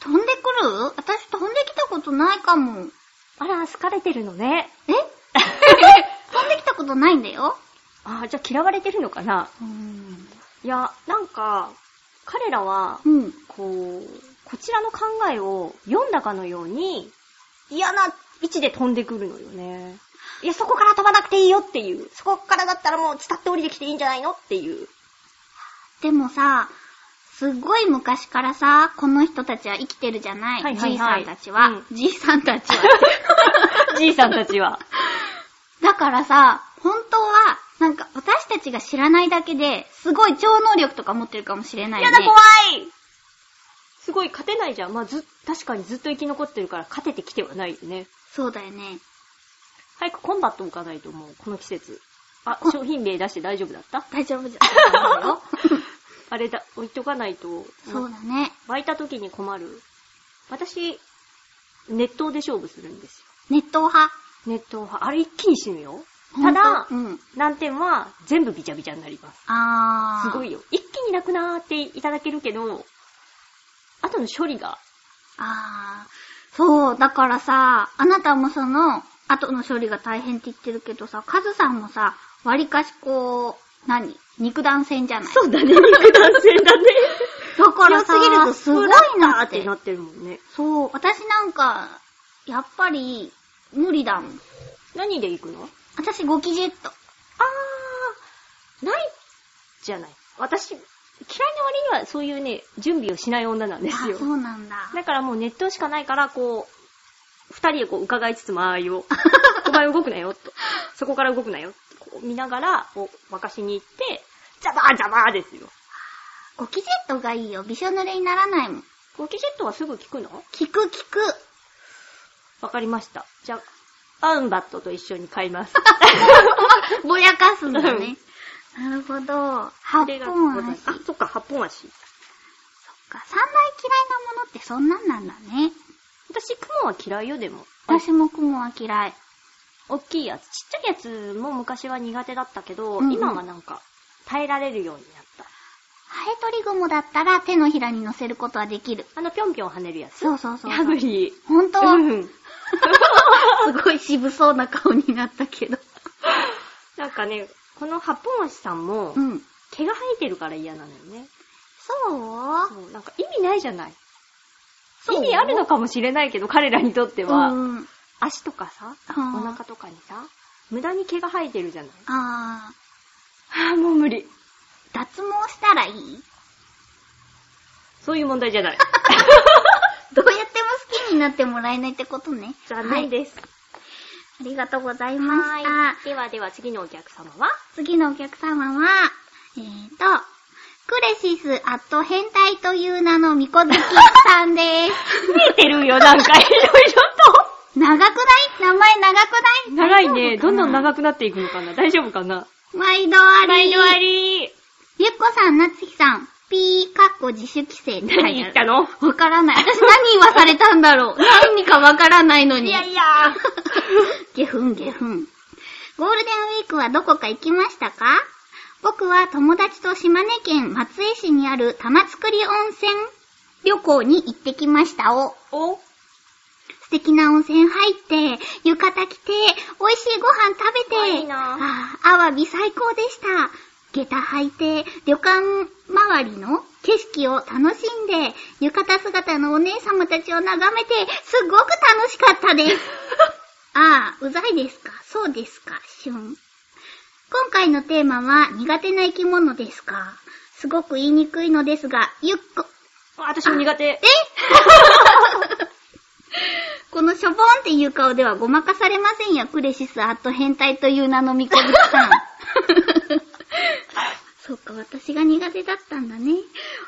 [SPEAKER 1] 飛んでくる私飛んできたことないかも。
[SPEAKER 2] あら、好かれてるのね。
[SPEAKER 1] え飛んできたことないんだよ。
[SPEAKER 2] あーじゃあ嫌われてるのかな
[SPEAKER 1] うん。
[SPEAKER 2] いや、なんか、彼らは、
[SPEAKER 1] うん。
[SPEAKER 2] こう、こちらの考えを読んだかのように、嫌な位置で飛んでくるのよね。いや、そこから飛ばなくていいよっていう。そこからだったらもう伝って降りてきていいんじゃないのっていう。
[SPEAKER 1] でもさ、すっごい昔からさ、この人たちは生きてるじゃない。
[SPEAKER 2] はいはいはい
[SPEAKER 1] じいさんたちは。
[SPEAKER 2] う
[SPEAKER 1] じいさんたちは。
[SPEAKER 2] じいさんたち は。
[SPEAKER 1] だからさ、本当は、なんか私たちが知らないだけで、すごい超能力とか持ってるかもしれないよ
[SPEAKER 2] や
[SPEAKER 1] ね。
[SPEAKER 2] だ、怖いすごい勝てないじゃん。まあ、ず、確かにずっと生き残ってるから勝ててきてはないよね。
[SPEAKER 1] そうだよね。
[SPEAKER 2] 早くコンバット置かないともう、この季節。 あ、商品名出して大丈夫だった
[SPEAKER 1] 大丈夫じゃん。よ。
[SPEAKER 2] あれだ、置いとかないと、
[SPEAKER 1] そうだね。
[SPEAKER 2] 湧いた時に困る。私、熱湯で勝負するんです
[SPEAKER 1] 熱湯派。
[SPEAKER 2] よ。熱湯派。あれ一気に死ぬよ。ただ
[SPEAKER 1] ほ、んとうん。
[SPEAKER 2] 難点は全部ビチャビチャになります。
[SPEAKER 1] あ
[SPEAKER 2] す
[SPEAKER 1] ー。
[SPEAKER 2] ごいよ。一気になくなーっていただけるけど、後の処理が、
[SPEAKER 1] あー。そう、だからさ、あなたもその、後の処理が大変って言ってるけどさ、カズさんもさ、割かしこう、何肉弾戦じゃない
[SPEAKER 2] そうだね、肉弾性だね。
[SPEAKER 1] だから
[SPEAKER 2] 強
[SPEAKER 1] さ
[SPEAKER 2] すぎると、
[SPEAKER 1] すごいなって。
[SPEAKER 2] なってるもんね。
[SPEAKER 1] そう、私なんか、やっぱり、無理だもん。
[SPEAKER 2] 何で行くのあ
[SPEAKER 1] 私、ゴキジェット。
[SPEAKER 2] ー、ない、じゃない。私、嫌いな割にはそういうね、準備をしない女なんです
[SPEAKER 1] あ、
[SPEAKER 2] よ
[SPEAKER 1] そ。うなんだ。
[SPEAKER 2] だからもう熱湯しかないから、こう、二人でこう伺いつつ間合 いを、お前動くなよ、と。そこから動くなよ、ってこう見ながら、こう、沸かしに行って、ジャバージャバーですよ。
[SPEAKER 1] ゴキジェットがいいよ。びしょ濡れにならないもん。
[SPEAKER 2] ゴキジェットはすぐ効くの
[SPEAKER 1] 効く効く。
[SPEAKER 2] わかりました。じゃあ、アウンバットと一緒に買います。
[SPEAKER 1] ぼやかすんだね。なるほど。八
[SPEAKER 2] で
[SPEAKER 1] 本足。そっ
[SPEAKER 2] あ、そっか、八本足。
[SPEAKER 1] か、三大嫌いなものってそんなんなんだね。
[SPEAKER 2] 私、雲は嫌いよ、でも。
[SPEAKER 1] 私も雲は嫌い。
[SPEAKER 2] 大きいやつ。ちっちゃいやつも昔は苦手だったけど、
[SPEAKER 1] うんうん
[SPEAKER 2] 今はなんか、耐えられるようになった。
[SPEAKER 1] ハエトリグモだったら手のひらに乗せることはできる。
[SPEAKER 2] あの、ぴょんぴょん跳ねるやつ。
[SPEAKER 1] そうそうそう
[SPEAKER 2] や
[SPEAKER 1] そ
[SPEAKER 2] ぶ
[SPEAKER 1] う。
[SPEAKER 2] り。
[SPEAKER 1] ほんと、
[SPEAKER 2] うん。
[SPEAKER 1] すごい渋そうな顔になったけど。
[SPEAKER 2] なんかね、この八本足さんも
[SPEAKER 1] う、ん。
[SPEAKER 2] 毛が生えてるから嫌なのよね。
[SPEAKER 1] そう
[SPEAKER 2] そうなんか意味ないじゃない。
[SPEAKER 1] そう
[SPEAKER 2] 意味あるのかもしれないけど、彼らにとっては、
[SPEAKER 1] うん。
[SPEAKER 2] 足とかさ、
[SPEAKER 1] あ
[SPEAKER 2] お
[SPEAKER 1] ー
[SPEAKER 2] 腹とかにさ、無駄に毛が生えてるじゃない。
[SPEAKER 1] あ
[SPEAKER 2] ああ、もう無理。
[SPEAKER 1] ー、脱毛したらいい
[SPEAKER 2] そういう問題じゃ ない。
[SPEAKER 1] どうやっても好きになってもらえないってことね。
[SPEAKER 2] 残念
[SPEAKER 1] はい。
[SPEAKER 2] です。
[SPEAKER 1] ありがとうございまし
[SPEAKER 2] は
[SPEAKER 1] た。
[SPEAKER 2] ーい。ではでは次のお客様は
[SPEAKER 1] 次のお客様は、えーと、クレシスアット変態という名のミコズキさんで
[SPEAKER 2] 増えてるよ、なんか、いろいろ
[SPEAKER 1] す。長くない名前長く
[SPEAKER 2] と。
[SPEAKER 1] ない
[SPEAKER 2] 長いね。どんどん
[SPEAKER 1] い。
[SPEAKER 2] 長くなっていくのかな大丈夫かな
[SPEAKER 1] 毎度あり。
[SPEAKER 2] 毎度あり。
[SPEAKER 1] ゆっこさん、なつきさん、ピーかっこ自主規制って書いてある
[SPEAKER 2] 何言ったの
[SPEAKER 1] わからない。私何言わされたんだろう。何かわからないのに。
[SPEAKER 2] い やいや。
[SPEAKER 1] ゲフンゲフン。ゴールデンウィークはどこか行きましたか僕は友達と島根県松江市にある玉造温泉旅行に行ってきましたを。
[SPEAKER 2] お
[SPEAKER 1] 素敵な温泉入って、浴衣着て、美味しいご飯食べ
[SPEAKER 2] あ
[SPEAKER 1] て、
[SPEAKER 2] いいな
[SPEAKER 1] ああ、アワビ最高でした。下駄履いて、旅館周りの景色を楽しんで、浴衣姿のお姉様たちを眺めて、すごく楽しかったです。 ああ、うざいですかそうですか、しゅん。今回のテーマは、苦手な生き物ですかすごく言いにくいのですが、ゆっこ、
[SPEAKER 2] 私も苦手。
[SPEAKER 1] このしょぼんっていう顔ではごまかされませんよ、クレシスアット変態という名のみこぶきさん。そっか、私が苦手だったんだね。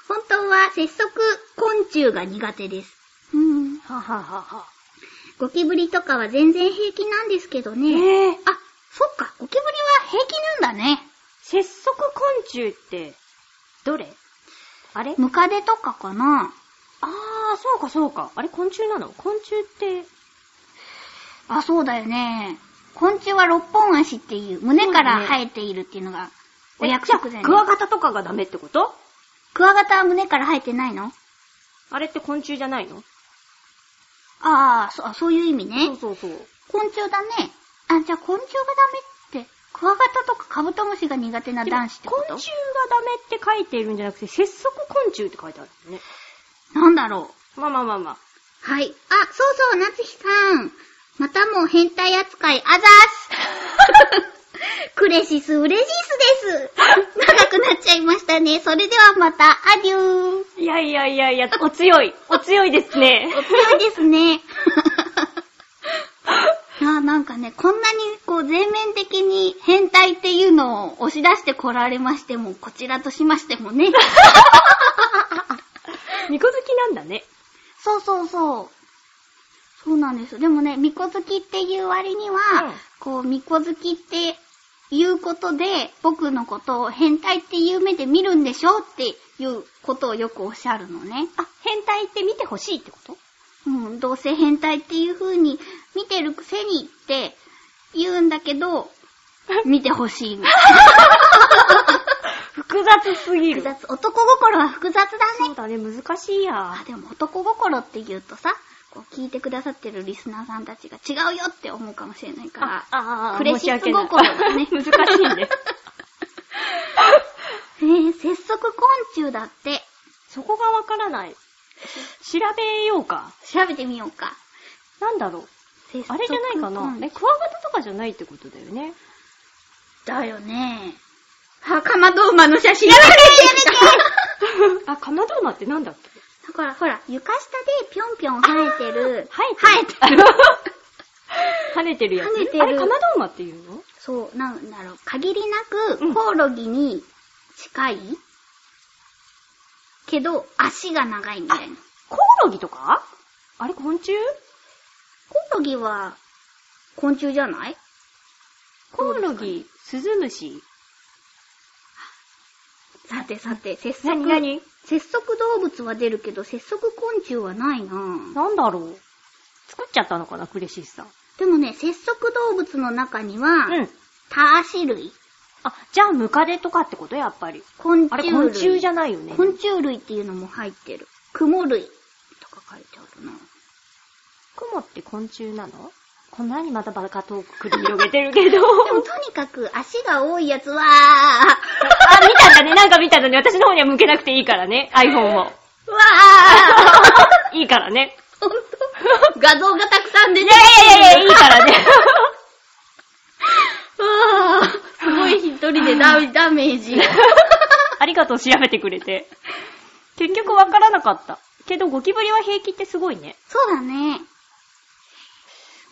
[SPEAKER 1] 本当は、節足昆虫が苦手です。うん。
[SPEAKER 2] はははは。
[SPEAKER 1] ゴキブリとかは全然平気なんですけど
[SPEAKER 2] え
[SPEAKER 1] ね。
[SPEAKER 2] ぇ、ー、
[SPEAKER 1] あ、そっか、ゴキブリは平気なんだね。
[SPEAKER 2] 節足昆虫って、どれあれ
[SPEAKER 1] ムカデとかかな。
[SPEAKER 2] あー、そうかそうか。あれ昆虫なの昆虫って、
[SPEAKER 1] あ、そうだよね。昆虫は六本足っていう、胸から生えているっていうのが、お約束だよね。
[SPEAKER 2] クワガタとかがダメってこと
[SPEAKER 1] クワガタは胸から生えてないの
[SPEAKER 2] あれって昆虫じゃないの
[SPEAKER 1] ああ、そあそういう意味
[SPEAKER 2] そう
[SPEAKER 1] ね。
[SPEAKER 2] そうそう。
[SPEAKER 1] 昆虫だね。あ、じゃあ昆虫がダメって、クワガタとかカブトムシが苦手な男子ってこと
[SPEAKER 2] 昆虫がダメって書いているんじゃなくて、節足昆虫って書いてあるんだよね。
[SPEAKER 1] なんだろ
[SPEAKER 2] まあまあまあまあ。
[SPEAKER 1] う。はい。あ、そうそう、夏日さん。またもう変態扱い、あざー す。クレシス、ウレシスです。長くなっちゃいましたね。それではまた、アデュー。
[SPEAKER 2] いやいやいやいや、お強い。お強いです ね。
[SPEAKER 1] お強いですね。 あなんかね、こんなにこう全面的に変態っていうのを押し出してこられましても、こちらとしましてもね。
[SPEAKER 2] ニコ好きなんだね。
[SPEAKER 1] そうそうそう。そうなんです。でもね、巫女好きっていう割には、
[SPEAKER 2] うん
[SPEAKER 1] こう、巫女好きっていうことで、僕のことを変態っていう目で見るんでしょっていうことをよくおっしゃるのね。
[SPEAKER 2] あ、変態って見てほしいってこと
[SPEAKER 1] うん、どうせ変態っていう風に見てるくせにって言うんだけ ど、見てほしいの。
[SPEAKER 2] 複雑すぎ
[SPEAKER 1] 複
[SPEAKER 2] る。
[SPEAKER 1] 雑、男心は複雑だ
[SPEAKER 2] そ
[SPEAKER 1] ね
[SPEAKER 2] う。だね、難しいや
[SPEAKER 1] あ、。でも男心って言うとさ、こう聞いてくださってるリスナーさんたちが違うよって思うかもしれないから。
[SPEAKER 2] あ
[SPEAKER 1] クレシップ心がね
[SPEAKER 2] 難し いんです。
[SPEAKER 1] えー、節足昆虫だって。
[SPEAKER 2] そこがわからない。調べようか。
[SPEAKER 1] 調べてみようか。
[SPEAKER 2] なんだろう。
[SPEAKER 1] 節足
[SPEAKER 2] あれじゃないか
[SPEAKER 1] 昆
[SPEAKER 2] な。
[SPEAKER 1] 虫
[SPEAKER 2] え、クワガタとかじゃないってことだよね。
[SPEAKER 1] だよね。はかまど馬の写真。やめてやめて
[SPEAKER 2] あ、カマドーナってなんだっけ
[SPEAKER 1] だからほら、床下でぴょんぴょん生えてる。
[SPEAKER 2] 生えてる。 跳ねてるやつ。
[SPEAKER 1] 跳ねてる
[SPEAKER 2] あれ、カマドーナっていうの
[SPEAKER 1] そう、なんだろう、限りな
[SPEAKER 2] う
[SPEAKER 1] く
[SPEAKER 2] ん
[SPEAKER 1] コオロギに近い、けど、足が長いみたいな。
[SPEAKER 2] コオロギとかあれ、昆虫
[SPEAKER 1] コオロギは、昆虫じゃない
[SPEAKER 2] コオロギ、スズムシ。
[SPEAKER 1] さてさて、節足。
[SPEAKER 2] なになに
[SPEAKER 1] 節足動物は出るけど、節足昆虫はないなぁ。
[SPEAKER 2] なんだろう。作っちゃったのかな、クレシスさん。
[SPEAKER 1] でもね、節足動物の中には、
[SPEAKER 2] うん。
[SPEAKER 1] タアシ類、
[SPEAKER 2] あ、じゃあムカデとかってことやっぱり。
[SPEAKER 1] 昆虫
[SPEAKER 2] あ
[SPEAKER 1] 類。
[SPEAKER 2] れ昆虫じゃないよね。
[SPEAKER 1] 昆虫類っていうのも入ってる。クモ類とか書いてある なぁ。
[SPEAKER 2] クモって昆虫なのこんなにまたバカトーク繰り広げてるけど。
[SPEAKER 1] でもとにかく足が多いやつは、
[SPEAKER 2] あ、見たんだね、なんか見たんだね。私の方には向けなくていいからね、iPhone を。
[SPEAKER 1] うわあ
[SPEAKER 2] いいからね。
[SPEAKER 1] ほんと画像がたくさん出て
[SPEAKER 2] い
[SPEAKER 1] る。
[SPEAKER 2] やいやいやいや、いいから ね。
[SPEAKER 1] うわあすごい一人でダメダメー ジ。
[SPEAKER 2] ありがとう、調べてくれて。結局わからなかった。けど、ゴキブリは平気ってすごいね。
[SPEAKER 1] そうだね。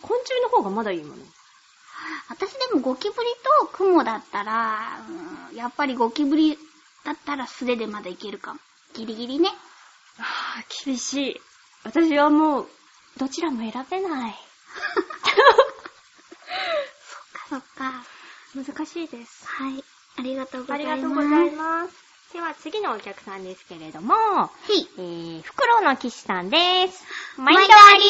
[SPEAKER 2] 昆虫の方がまだいいもの。
[SPEAKER 1] 私でもゴキブリとクモだったら、うんやっぱりゴキブリだったら素手でまだいけるかも。ギリギリね。
[SPEAKER 2] ああ、厳しい。私はもう、どちらも選べない。
[SPEAKER 1] そっか。
[SPEAKER 2] 難しいです。
[SPEAKER 1] はい。ありがとうござ
[SPEAKER 2] あ
[SPEAKER 1] い
[SPEAKER 2] り
[SPEAKER 1] ます。
[SPEAKER 2] がとうございます。では、次のお客さんですけれども、
[SPEAKER 1] す。はい。
[SPEAKER 2] えー、フクロウの騎士さんです。毎
[SPEAKER 1] 毎
[SPEAKER 2] 度
[SPEAKER 1] 度あり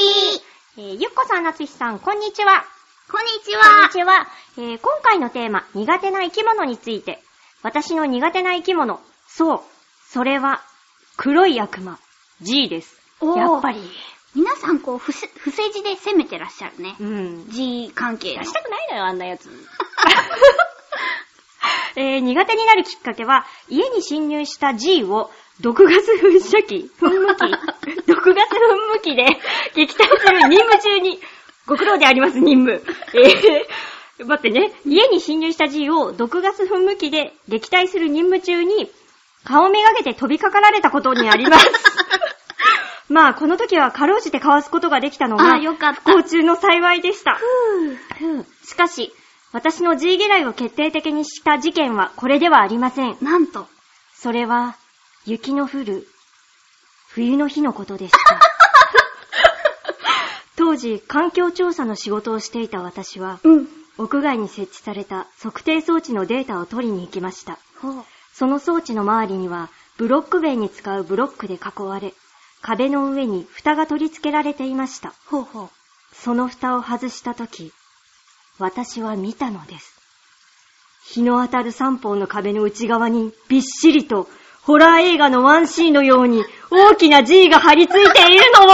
[SPEAKER 2] えー、ゆっこさん、なつひさん、こんにちは。
[SPEAKER 1] こんにち
[SPEAKER 2] こんに
[SPEAKER 1] は。
[SPEAKER 2] ちは。えー今回のテーマ、苦手な生き物について。私の苦手な生き物、そう、それは、黒い悪魔、G です。
[SPEAKER 1] おー
[SPEAKER 2] やっぱり、
[SPEAKER 1] 皆さんこう、不せ不正字で攻めてらっしゃるね。
[SPEAKER 2] うん。
[SPEAKER 1] G 関係の
[SPEAKER 2] 出したくないのよ、あんなやつ。 えー苦手になるきっかけは、家に侵入した G を毒ガス噴射機、噴 霧機、毒ガス噴霧機で 撃退する任務中に、ご苦労であります、任務。えー待ってね、家に侵入した G を毒ガス噴霧機で撃退する任務中に、顔めがけて飛びかかられたことにあり ます。まあ、この時はかろうじてかわすことができたのが、
[SPEAKER 1] あーよかった
[SPEAKER 2] 不幸中の幸いでした。しかし、私の G 嫌いを決定的にした事件はこれではありません。
[SPEAKER 1] なんと。
[SPEAKER 2] それは、雪の降る、冬の日のことでした。当時、環境調査の仕事をしていた私は、
[SPEAKER 1] うん。
[SPEAKER 2] 屋外に設置された測定装置のデータを取りに行きました。
[SPEAKER 1] ほう。
[SPEAKER 2] その装置の周りには、ブロック塀に使うブロックで囲われ、壁の上に蓋が取り付けられていました。
[SPEAKER 1] ほうほう。
[SPEAKER 2] その蓋を外したとき、私は見たのです。日の当たる三方の壁の内側にびっしりと、ホラー映画のワンシーンのように大きな G が張り付いているのを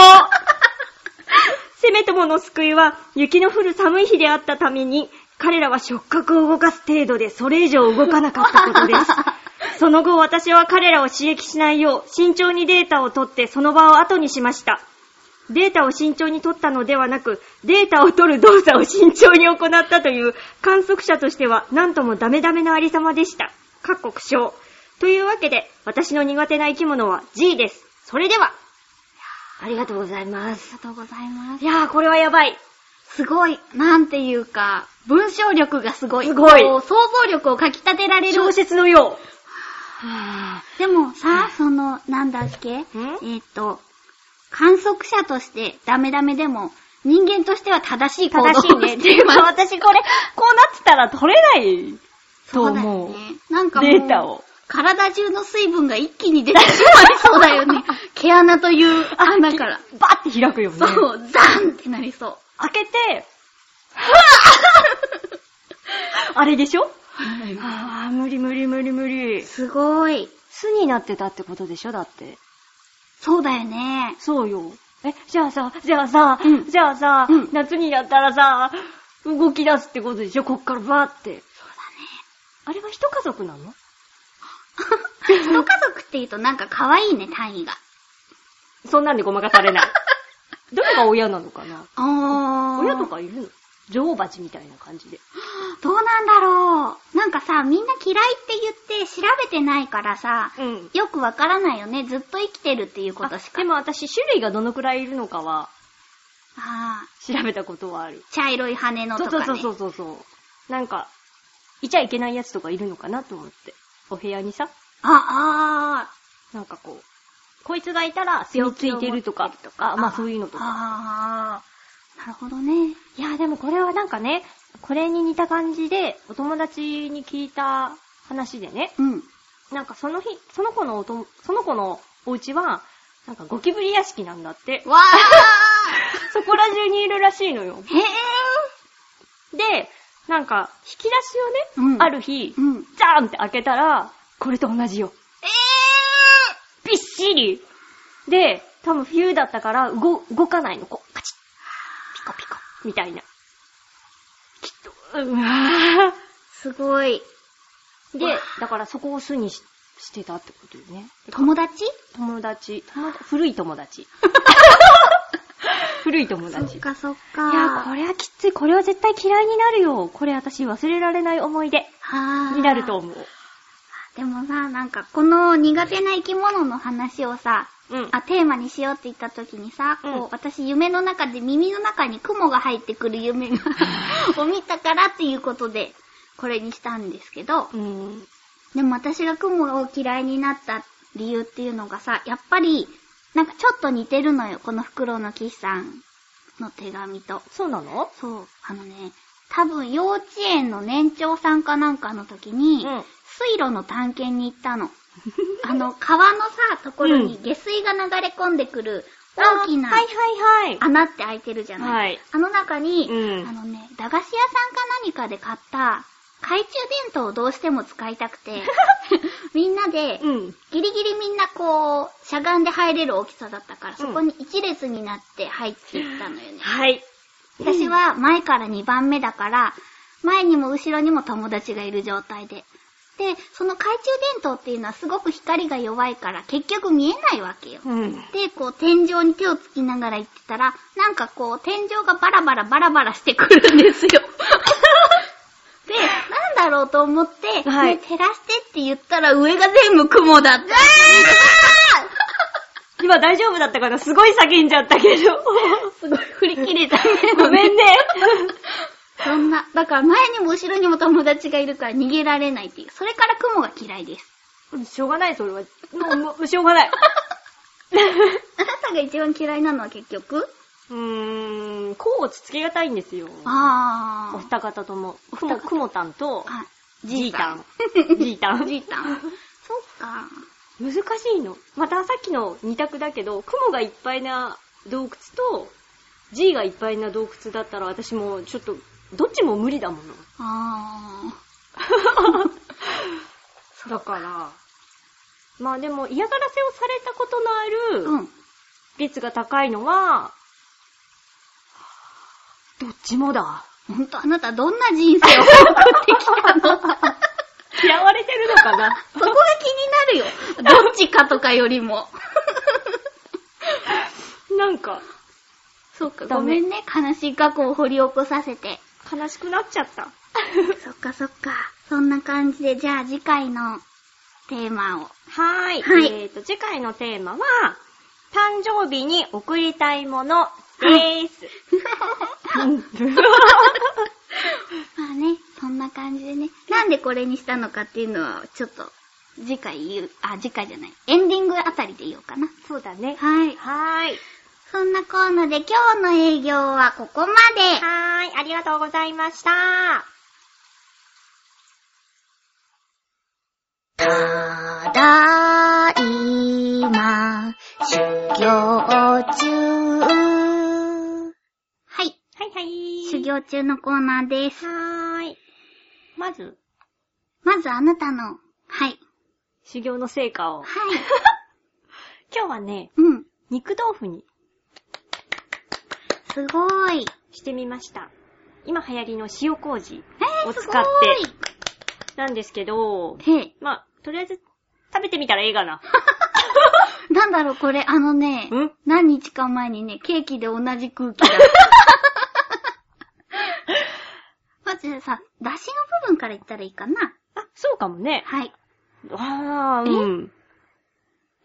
[SPEAKER 2] せめてもの救いは雪の降る寒い日であったために、彼らは触覚を動かす程度でそれ以上動かなかったこと です。その後私は彼らを刺激しないよう慎重にデータを取ってその場を後にしました。データを慎重に取ったのではなく、データを取る動作を慎重に行ったという観測者としては何ともダメダメなありさまでした。かっこ苦笑。というわけで、私の苦手な生き物は G です。それでは、ありがとうございま
[SPEAKER 1] あり
[SPEAKER 2] す。
[SPEAKER 1] がとうございま
[SPEAKER 2] い
[SPEAKER 1] す。
[SPEAKER 2] やー、これはやばい。
[SPEAKER 1] すごい。なんていうか、文章力がすごい。
[SPEAKER 2] すごい
[SPEAKER 1] こう想像力をかき立てられる
[SPEAKER 2] 小。説のよう。は
[SPEAKER 1] でもさ、その、なんだっけえ
[SPEAKER 2] ぁ。ん
[SPEAKER 1] ーっと、観測者としてダメダメでも、人間としては正しい行動を
[SPEAKER 2] 正しいね。
[SPEAKER 1] し
[SPEAKER 2] ってい
[SPEAKER 1] ていう
[SPEAKER 2] か
[SPEAKER 1] ます。
[SPEAKER 2] 私これ、こうなってたら取れない
[SPEAKER 1] そう
[SPEAKER 2] と
[SPEAKER 1] だ
[SPEAKER 2] 思
[SPEAKER 1] よ
[SPEAKER 2] う。
[SPEAKER 1] ね。なんかもう、
[SPEAKER 2] データを。
[SPEAKER 1] 体中の水分が一気に出てしまいそうだよ ね。毛穴という穴から。
[SPEAKER 2] バッて開くよね。
[SPEAKER 1] そう、ザーンってなりそう。
[SPEAKER 2] 開けて、 あれでしょああ、無理無理無理無理。
[SPEAKER 1] すごい。
[SPEAKER 2] 巣になってたってことでしょだって。
[SPEAKER 1] そうだよね。
[SPEAKER 2] そうよ。え、じゃあさ、じゃあさ、
[SPEAKER 1] うん
[SPEAKER 2] じゃあさ、
[SPEAKER 1] うん
[SPEAKER 2] 夏になったらさ、動き出すってことでしょこっからバーって。
[SPEAKER 1] そうだ
[SPEAKER 2] あれは一家族なの
[SPEAKER 1] ね。一家族って言うとなんか可愛いね、単位が。
[SPEAKER 2] そんなんでごまかさ れない。どれが親なのかな
[SPEAKER 1] あ
[SPEAKER 2] 親とかいるの女王蜂みたいな感じで。
[SPEAKER 1] どうなんだろう。なんかさ、みんな嫌いって言って調べてないからさ、
[SPEAKER 2] うん。
[SPEAKER 1] よくわからないよね。ずっと生きてるっていうことしか。
[SPEAKER 2] でも私、種類がどのくらいいるのかは、
[SPEAKER 1] ああ、
[SPEAKER 2] 調べたことはある。
[SPEAKER 1] 茶色い羽の
[SPEAKER 2] そ
[SPEAKER 1] と
[SPEAKER 2] う
[SPEAKER 1] か、
[SPEAKER 2] そ
[SPEAKER 1] ね。
[SPEAKER 2] うそうそうそう。なんか、いちゃいけないやつとかいるのかなと思って。お部屋にさ、
[SPEAKER 1] あ、あ
[SPEAKER 2] なんかこう、こいつがいたら、吸いついてるとか、あ、まあそういうの
[SPEAKER 1] あ、
[SPEAKER 2] とか。
[SPEAKER 1] ああ、なるほどね。
[SPEAKER 2] いや、でもこれはなんかね、これに似た感じで、お友達に聞いた話でね、
[SPEAKER 1] うん。
[SPEAKER 2] なんかその日、その子のおと、その子のお家は、なんかゴキブリ屋敷なんだって。
[SPEAKER 1] わあ
[SPEAKER 2] そこら中にいるらしい のよ。
[SPEAKER 1] へえ。
[SPEAKER 2] で、なんか、引き出しをね、
[SPEAKER 1] うん
[SPEAKER 2] ある日、
[SPEAKER 1] う
[SPEAKER 2] ジ
[SPEAKER 1] ん。
[SPEAKER 2] ャーンって開けたら、これと同じよ。
[SPEAKER 1] え
[SPEAKER 2] びっしりで、多分冬だったから、動、動かないの、こう、カチッ、ピコピコ、みたいな。きっと、うわ
[SPEAKER 1] ー、すごい。
[SPEAKER 2] ー
[SPEAKER 1] う
[SPEAKER 2] で
[SPEAKER 1] わ、
[SPEAKER 2] だからそこを巣にししてたってことよね。
[SPEAKER 1] 友達
[SPEAKER 2] 友達、友達古い 友達。古い友
[SPEAKER 1] そっ
[SPEAKER 2] 達。い
[SPEAKER 1] かそっか。
[SPEAKER 2] や、これはきつい。これは絶対嫌いになるよ。これ私忘れられない思い出
[SPEAKER 1] はー
[SPEAKER 2] になると思う。
[SPEAKER 1] でもさ、なんかこの苦手な生き物の話をさ、
[SPEAKER 2] うん。
[SPEAKER 1] あ、テーマにしようって言った時にさ、こう、
[SPEAKER 2] うん
[SPEAKER 1] 私夢の中で耳の中に雲が入ってくる夢 がを見たからっていうことで、これにしたんですけど、
[SPEAKER 2] うん。
[SPEAKER 1] でも私が雲を嫌いになった理由っていうのがさ、やっぱり、なんかちょっと似てるのよ、このフクロウの騎士さんの手紙と。
[SPEAKER 2] そうなの
[SPEAKER 1] そう、あのね、多分幼稚園の年長さんかなんかの時に、
[SPEAKER 2] うん
[SPEAKER 1] 水路の探検に行ったの。 あの、川のさ、ところに
[SPEAKER 2] う
[SPEAKER 1] 下水が流れ込んでくる大きな
[SPEAKER 2] あはいはいはい。
[SPEAKER 1] 穴って開いてるじゃない。
[SPEAKER 2] はい
[SPEAKER 1] あの中に、
[SPEAKER 2] うん
[SPEAKER 1] あのね、駄菓子屋さんか何かで買った懐中電灯をどうしても使いたく て、みんなで、
[SPEAKER 2] うん。
[SPEAKER 1] ギリギリみんなこう、しゃがんで入れる大きさだったから、そこに一列になって入っていったのよね。
[SPEAKER 2] はい。
[SPEAKER 1] 私は前から2番目だから、前にも後ろにも友達がいる状態で。で、その懐中電灯っていうのはすごく光が弱いから結局見えないわけよ。
[SPEAKER 2] うん。
[SPEAKER 1] で、こう天井に手をつきながら行ってたら、なんかこう天井がバラバラバラバラしてくるん ですよ。で、なんだろうと思って、
[SPEAKER 2] はい
[SPEAKER 1] ね、照らしてって言ったら上が全部雲だった。
[SPEAKER 2] 今大丈夫だったかなすごい叫んじゃったけど。
[SPEAKER 1] すごい振り切れたね。
[SPEAKER 2] ごめんね。
[SPEAKER 1] そんな、だから前にも後ろにも友達がいるから逃げられないっていう。それから雲が嫌い です。
[SPEAKER 2] しょうがない、それは。もう、もうしょうがない。
[SPEAKER 1] あなたが一番嫌いなのは結局
[SPEAKER 2] うーん、こう落ち着けがたいんですよ。
[SPEAKER 1] あ
[SPEAKER 2] お二方とも。
[SPEAKER 1] お
[SPEAKER 2] く
[SPEAKER 1] 二
[SPEAKER 2] も、
[SPEAKER 1] 方
[SPEAKER 2] くもたんと、
[SPEAKER 1] あ。
[SPEAKER 2] じいたん。
[SPEAKER 1] じ
[SPEAKER 2] じいたん。
[SPEAKER 1] いたん。そっか。
[SPEAKER 2] 難しいの。またさっきの二択だけど、雲がいっぱいな洞窟と、G がいっぱいな洞窟だったら私もちょっと、どっちも無理だ もの。
[SPEAKER 1] あ
[SPEAKER 2] だから、まあでも嫌がらせをされたことのあ
[SPEAKER 1] ー。
[SPEAKER 2] る、
[SPEAKER 1] うん。
[SPEAKER 2] 率が高いのは、どっちもだ。
[SPEAKER 1] ほんと、あなたどんな人生を送ってきた の
[SPEAKER 2] 嫌われてるのかな
[SPEAKER 1] そこが気になるよ。どっちかとかよりも。
[SPEAKER 2] なんか、
[SPEAKER 1] そっか、
[SPEAKER 2] ダ
[SPEAKER 1] ごめ
[SPEAKER 2] メ
[SPEAKER 1] んね。悲しい過去を掘り起こさせて。
[SPEAKER 2] 悲しくなっちゃった。
[SPEAKER 1] そっかそっか。そんな感じで、じゃあ次回のテーマを。
[SPEAKER 2] はーい。
[SPEAKER 1] はい
[SPEAKER 2] えーと、次回のテーマは、誕生日に贈りたいものです。
[SPEAKER 1] まあね、そんな感じでね。なんでこれにしたのかっていうのは、ちょっと、次回言う、あ、次回じゃない。エンディングあたりで言おうかな。
[SPEAKER 2] そうだね。
[SPEAKER 1] はい。
[SPEAKER 2] はーい。
[SPEAKER 1] そんなコーナーで今日の営業はここまで。
[SPEAKER 2] はーい、ありがとうございました。
[SPEAKER 1] ただいま、修行中。はい。
[SPEAKER 2] はいはい。
[SPEAKER 1] 修。行中のコーナーです。
[SPEAKER 2] はーい。まず、
[SPEAKER 1] まずあなたの、はい。
[SPEAKER 2] 修行の成果 を。
[SPEAKER 1] はい。
[SPEAKER 2] 今日はね、
[SPEAKER 1] うん。
[SPEAKER 2] 肉豆腐に
[SPEAKER 1] すごい。
[SPEAKER 2] してみました。今流行りの塩麹
[SPEAKER 1] え
[SPEAKER 2] を
[SPEAKER 1] ー、
[SPEAKER 2] 使
[SPEAKER 1] す
[SPEAKER 2] っ
[SPEAKER 1] ご
[SPEAKER 2] なんですけど、
[SPEAKER 1] い。へ
[SPEAKER 2] まあ、とりあえず食べてみたらええがな。
[SPEAKER 1] え、なんだろう、これ、あのね、
[SPEAKER 2] ん
[SPEAKER 1] 何日か前にね、ケーキで同じ空 気だ。まずさ、出汁の部分からいったらいいかな。
[SPEAKER 2] あ、そうかもね。
[SPEAKER 1] はい。
[SPEAKER 2] あー、うん。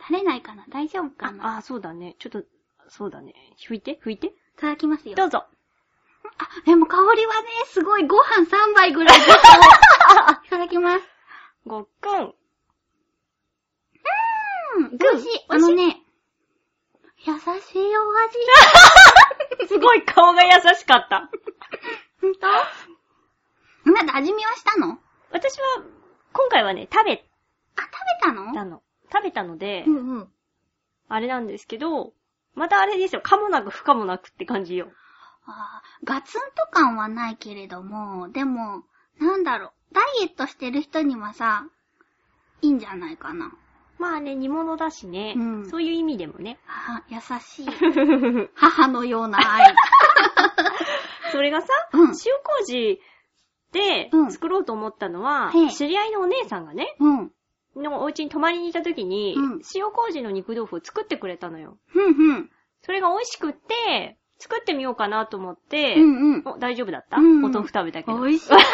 [SPEAKER 1] 垂れないかな大丈夫かな
[SPEAKER 2] あ、あそうだね。ちょっと、そうだね。拭いて拭いて
[SPEAKER 1] いただきますよ。
[SPEAKER 2] どうぞ。
[SPEAKER 1] あ、でも香りはね、すごいご飯3杯ぐらい 出そういただきます。
[SPEAKER 2] ごっくん。
[SPEAKER 1] うん、美味しい。あのね、優しい お
[SPEAKER 2] すごい顔が優しかった。
[SPEAKER 1] 味。ほんとなんだ、味見はしたのあ、
[SPEAKER 2] 私は、今回はね、食べ
[SPEAKER 1] 食べたの
[SPEAKER 2] たの。食べたので、
[SPEAKER 1] うんうん。
[SPEAKER 2] あれなんですけど、またあれですよ。かもなく不可もなくって感じよ。
[SPEAKER 1] あーガツンと感はないけれども、でも、なんだろう、ダイエットしてる人にはさ、いいんじゃないかな。
[SPEAKER 2] まあね、煮物だしね、
[SPEAKER 1] うん
[SPEAKER 2] そういう意味でも ね。
[SPEAKER 1] あー優しい。 母のような愛。
[SPEAKER 2] それがさ、
[SPEAKER 1] うん
[SPEAKER 2] 塩麹で
[SPEAKER 1] うん
[SPEAKER 2] 作ろうと思ったのは、
[SPEAKER 1] へえ
[SPEAKER 2] 知り合いのお姉さんがね、
[SPEAKER 1] うん。うん
[SPEAKER 2] のお家に泊まりにいた時に、
[SPEAKER 1] うん
[SPEAKER 2] 塩麹の肉豆腐を作ってくれたのよ。
[SPEAKER 1] うん。
[SPEAKER 2] それが美味しくって、作ってみようかなと思って、
[SPEAKER 1] うんうん。
[SPEAKER 2] お、大丈夫だった、
[SPEAKER 1] うん
[SPEAKER 2] お豆腐食べたけど。
[SPEAKER 1] 美味しい
[SPEAKER 2] わよか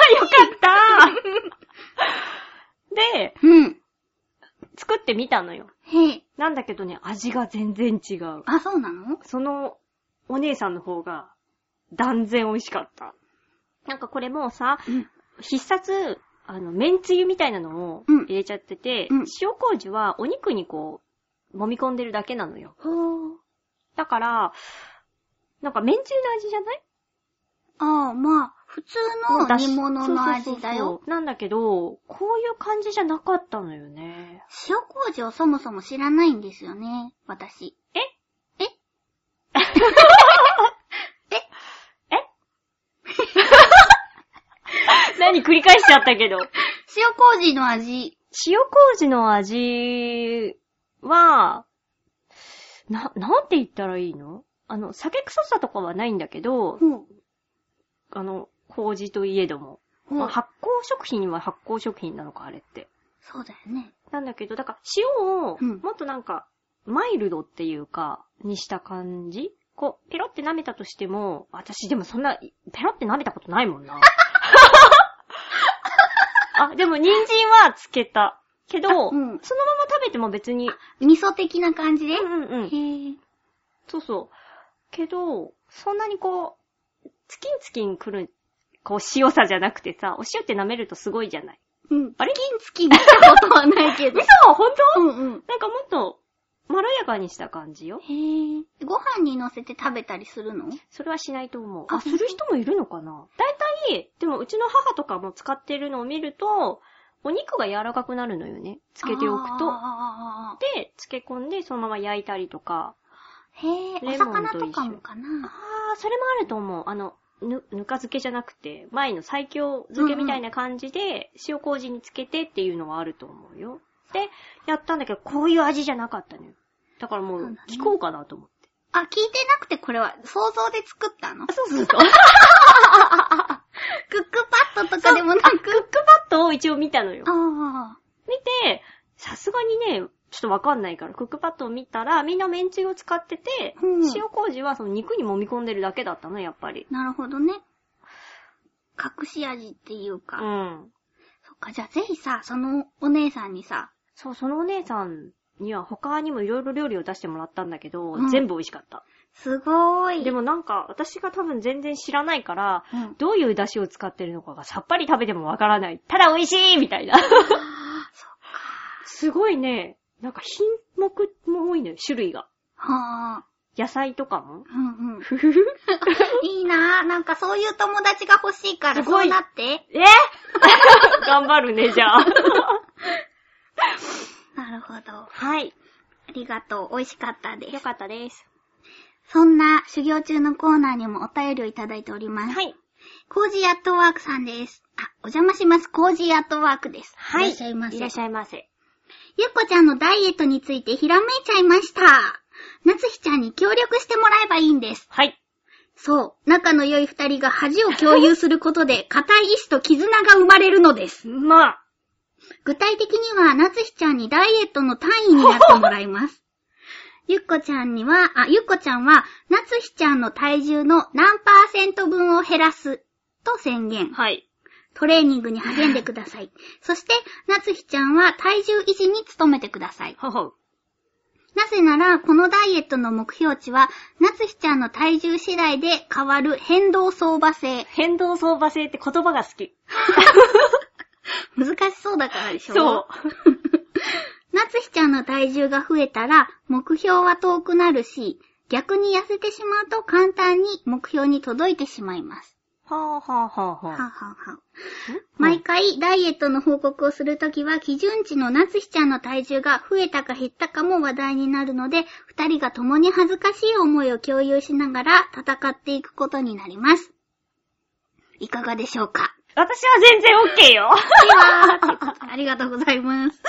[SPEAKER 2] ったで、
[SPEAKER 1] うん。
[SPEAKER 2] 作ってみたのよ。
[SPEAKER 1] へえ。
[SPEAKER 2] なんだけどね、味が全然違う。
[SPEAKER 1] あ、そうなの
[SPEAKER 2] その、お姉さんの方が、断然美味しかった。なんかこれもうさ、
[SPEAKER 1] うん。
[SPEAKER 2] 必殺、あの、麺つゆみたいなのを
[SPEAKER 1] うん
[SPEAKER 2] 入れちゃってて、
[SPEAKER 1] うん
[SPEAKER 2] 塩麹はお肉にこう、揉み込んでるだけなのよ。
[SPEAKER 1] ほー。
[SPEAKER 2] だから、なんか麺つゆの味じゃない
[SPEAKER 1] ああ、まあ、普通の煮物の味だ
[SPEAKER 2] そうそうそう
[SPEAKER 1] よ。
[SPEAKER 2] そうなんだけど、こういう感じじゃなかったのよね。
[SPEAKER 1] 塩麹をそもそも知らないんですよね、私。
[SPEAKER 2] え
[SPEAKER 1] ええ
[SPEAKER 2] 何繰り返しちゃったけど。
[SPEAKER 1] 塩麹の味。
[SPEAKER 2] 塩麹の味は、な、なんて言ったらいいのあの、酒臭さとかはないんだけ
[SPEAKER 1] ほ
[SPEAKER 2] ど、
[SPEAKER 1] う。
[SPEAKER 2] あの、麹といえども。
[SPEAKER 1] ほ
[SPEAKER 2] まあ
[SPEAKER 1] う。
[SPEAKER 2] 発酵食品は発酵食品なのか、あれって。
[SPEAKER 1] そうだよね。
[SPEAKER 2] なんだけど、だから塩を、
[SPEAKER 1] うん
[SPEAKER 2] もっとなんか、マイルドっていうか、にした感じこう、ペロって舐めたとしても、私でもそんな、ペロって舐めたことないも んな。あ、でも人参はつけた。けど、
[SPEAKER 1] あうん
[SPEAKER 2] そのまま食べても別に、
[SPEAKER 1] 味噌的な感じで、
[SPEAKER 2] うんうんうん。
[SPEAKER 1] へえ。
[SPEAKER 2] そうそう。けど、そんなにこう、ツキンツキンくる、こう塩さじゃなくてさ、お塩って舐めるとすごいじゃない。
[SPEAKER 1] うん。
[SPEAKER 2] あれ
[SPEAKER 1] 金付き見たことはないけ ど。
[SPEAKER 2] 嘘本当、
[SPEAKER 1] うんうん。
[SPEAKER 2] なんかもっと、まろやかにした感じよ。
[SPEAKER 1] へえ。ご飯に乗せて食べたりするの
[SPEAKER 2] それはしないと思う。
[SPEAKER 1] あ
[SPEAKER 2] あ、する人もいるのかな大体、でもうちの母とかも使ってるのを見ると、お肉が柔らかくなるのよね。つけておくと。
[SPEAKER 1] あ
[SPEAKER 2] で、漬け込んでそのまま焼いたりとか。
[SPEAKER 1] ーへえ。お
[SPEAKER 2] レモンと一緒
[SPEAKER 1] 魚とかもか
[SPEAKER 2] あ
[SPEAKER 1] な。
[SPEAKER 2] ー、それもあると思う。あの、ぬ、ぬか漬けじゃなくて、前の最強漬けみたいな感じで、塩麹につけてっていうのはあると思うよ。で、やったんだけど、こういう味じゃなかったのよ。だからも
[SPEAKER 1] そう
[SPEAKER 2] う
[SPEAKER 1] だね、
[SPEAKER 2] 聞こうかなと思って。
[SPEAKER 1] あ、聞いてなくてこれは想像で作ったの
[SPEAKER 2] あ、そうそうそう。ク
[SPEAKER 1] クックパッドとかでもなく。
[SPEAKER 2] ックパッドを一応見たのよ。
[SPEAKER 1] あ
[SPEAKER 2] 見て、さすがにね、ちょっとわかんないから、クックパッドを見たら、みんな麺つゆを使ってて、
[SPEAKER 1] うん
[SPEAKER 2] 塩麹はその肉に揉み込んでるだけだったの、やっぱり。
[SPEAKER 1] あ。なるほどね。隠し味っていう
[SPEAKER 2] う
[SPEAKER 1] か。
[SPEAKER 2] ん。
[SPEAKER 1] そっか、じゃあぜひさ、そのお姉さんにさ、
[SPEAKER 2] そう、そのお姉さんには他にもいろいろ料理を出してもらったんだけど、
[SPEAKER 1] うん
[SPEAKER 2] 全部美味しかった。
[SPEAKER 1] すごーい。
[SPEAKER 2] で、もなんか、私が多分全然知らないから、
[SPEAKER 1] うん。
[SPEAKER 2] どういう出汁を使ってるのかがさっぱり食べてもわからない。ただ美味しいみたいな。 すごいね、なんか品目も多いのよ、種類が。
[SPEAKER 1] はあ。
[SPEAKER 2] 野菜とかも
[SPEAKER 1] うんうん。
[SPEAKER 2] ふふふ。
[SPEAKER 1] いいなぁ。なんかそういう友達が欲しいから、
[SPEAKER 2] すご
[SPEAKER 1] そ
[SPEAKER 2] いう
[SPEAKER 1] なって。
[SPEAKER 2] え 頑張るね、じ ゃあ。
[SPEAKER 1] なるほど。あ
[SPEAKER 2] はい。
[SPEAKER 1] りがとう。美味しかったで
[SPEAKER 2] よ
[SPEAKER 1] す。
[SPEAKER 2] かったです。
[SPEAKER 1] そんな修行中のコーナーにもお便りをいただいております。
[SPEAKER 2] はい。
[SPEAKER 1] コージーアットワークさんです。あ、お邪魔します。コージーアットワークです。
[SPEAKER 2] は
[SPEAKER 1] い
[SPEAKER 2] い。
[SPEAKER 1] らっしゃいませ。
[SPEAKER 2] いらっしゃいませ。
[SPEAKER 1] ゆっこちゃんのダイエットについてひらめいちゃいました。なつひちゃんに協力してもらえばいいんです。
[SPEAKER 2] はい。
[SPEAKER 1] そう。仲の良い二人が恥を共有することで、固い意志と絆が生まれるのです。
[SPEAKER 2] まあ、
[SPEAKER 1] 具体的には、なつひちゃんにダイエットの単位になってもらい ます。ゆっこちゃんには、あ、ゆっこちゃんは、なつひちゃんの体重の何パーセント分を減らすと宣言。
[SPEAKER 2] はい。
[SPEAKER 1] トレーニングに励んでくだ さい。そして、なつひちゃんは体重維持に努めてください。
[SPEAKER 2] ほほ。
[SPEAKER 1] なぜなら、このダイエットの目標値は、なつひちゃんの体重次第で変わる変動相場性。
[SPEAKER 2] 変動相場性って言葉が好き。
[SPEAKER 1] 難しそうだからでしょ
[SPEAKER 2] そう。
[SPEAKER 1] なつひちゃんの体重が増えたら、目標は遠くなるし、逆に痩せてしまうと簡単に目標に届いてしまいます。
[SPEAKER 2] はぁはぁは
[SPEAKER 1] は
[SPEAKER 2] ぁ
[SPEAKER 1] あ、
[SPEAKER 2] は
[SPEAKER 1] はあはあ、
[SPEAKER 2] ぁ。
[SPEAKER 1] 毎回ダイエットの報告をするときは、基準値のなつひちゃんの体重が増えたか減ったかも話題になるので、二人が共に恥ずかしい思いを共有しながら戦っていくことになります。いかがでしょう か
[SPEAKER 2] 私は全然 OK
[SPEAKER 1] で
[SPEAKER 2] よ。
[SPEAKER 1] は、ということでありがとうござい ます。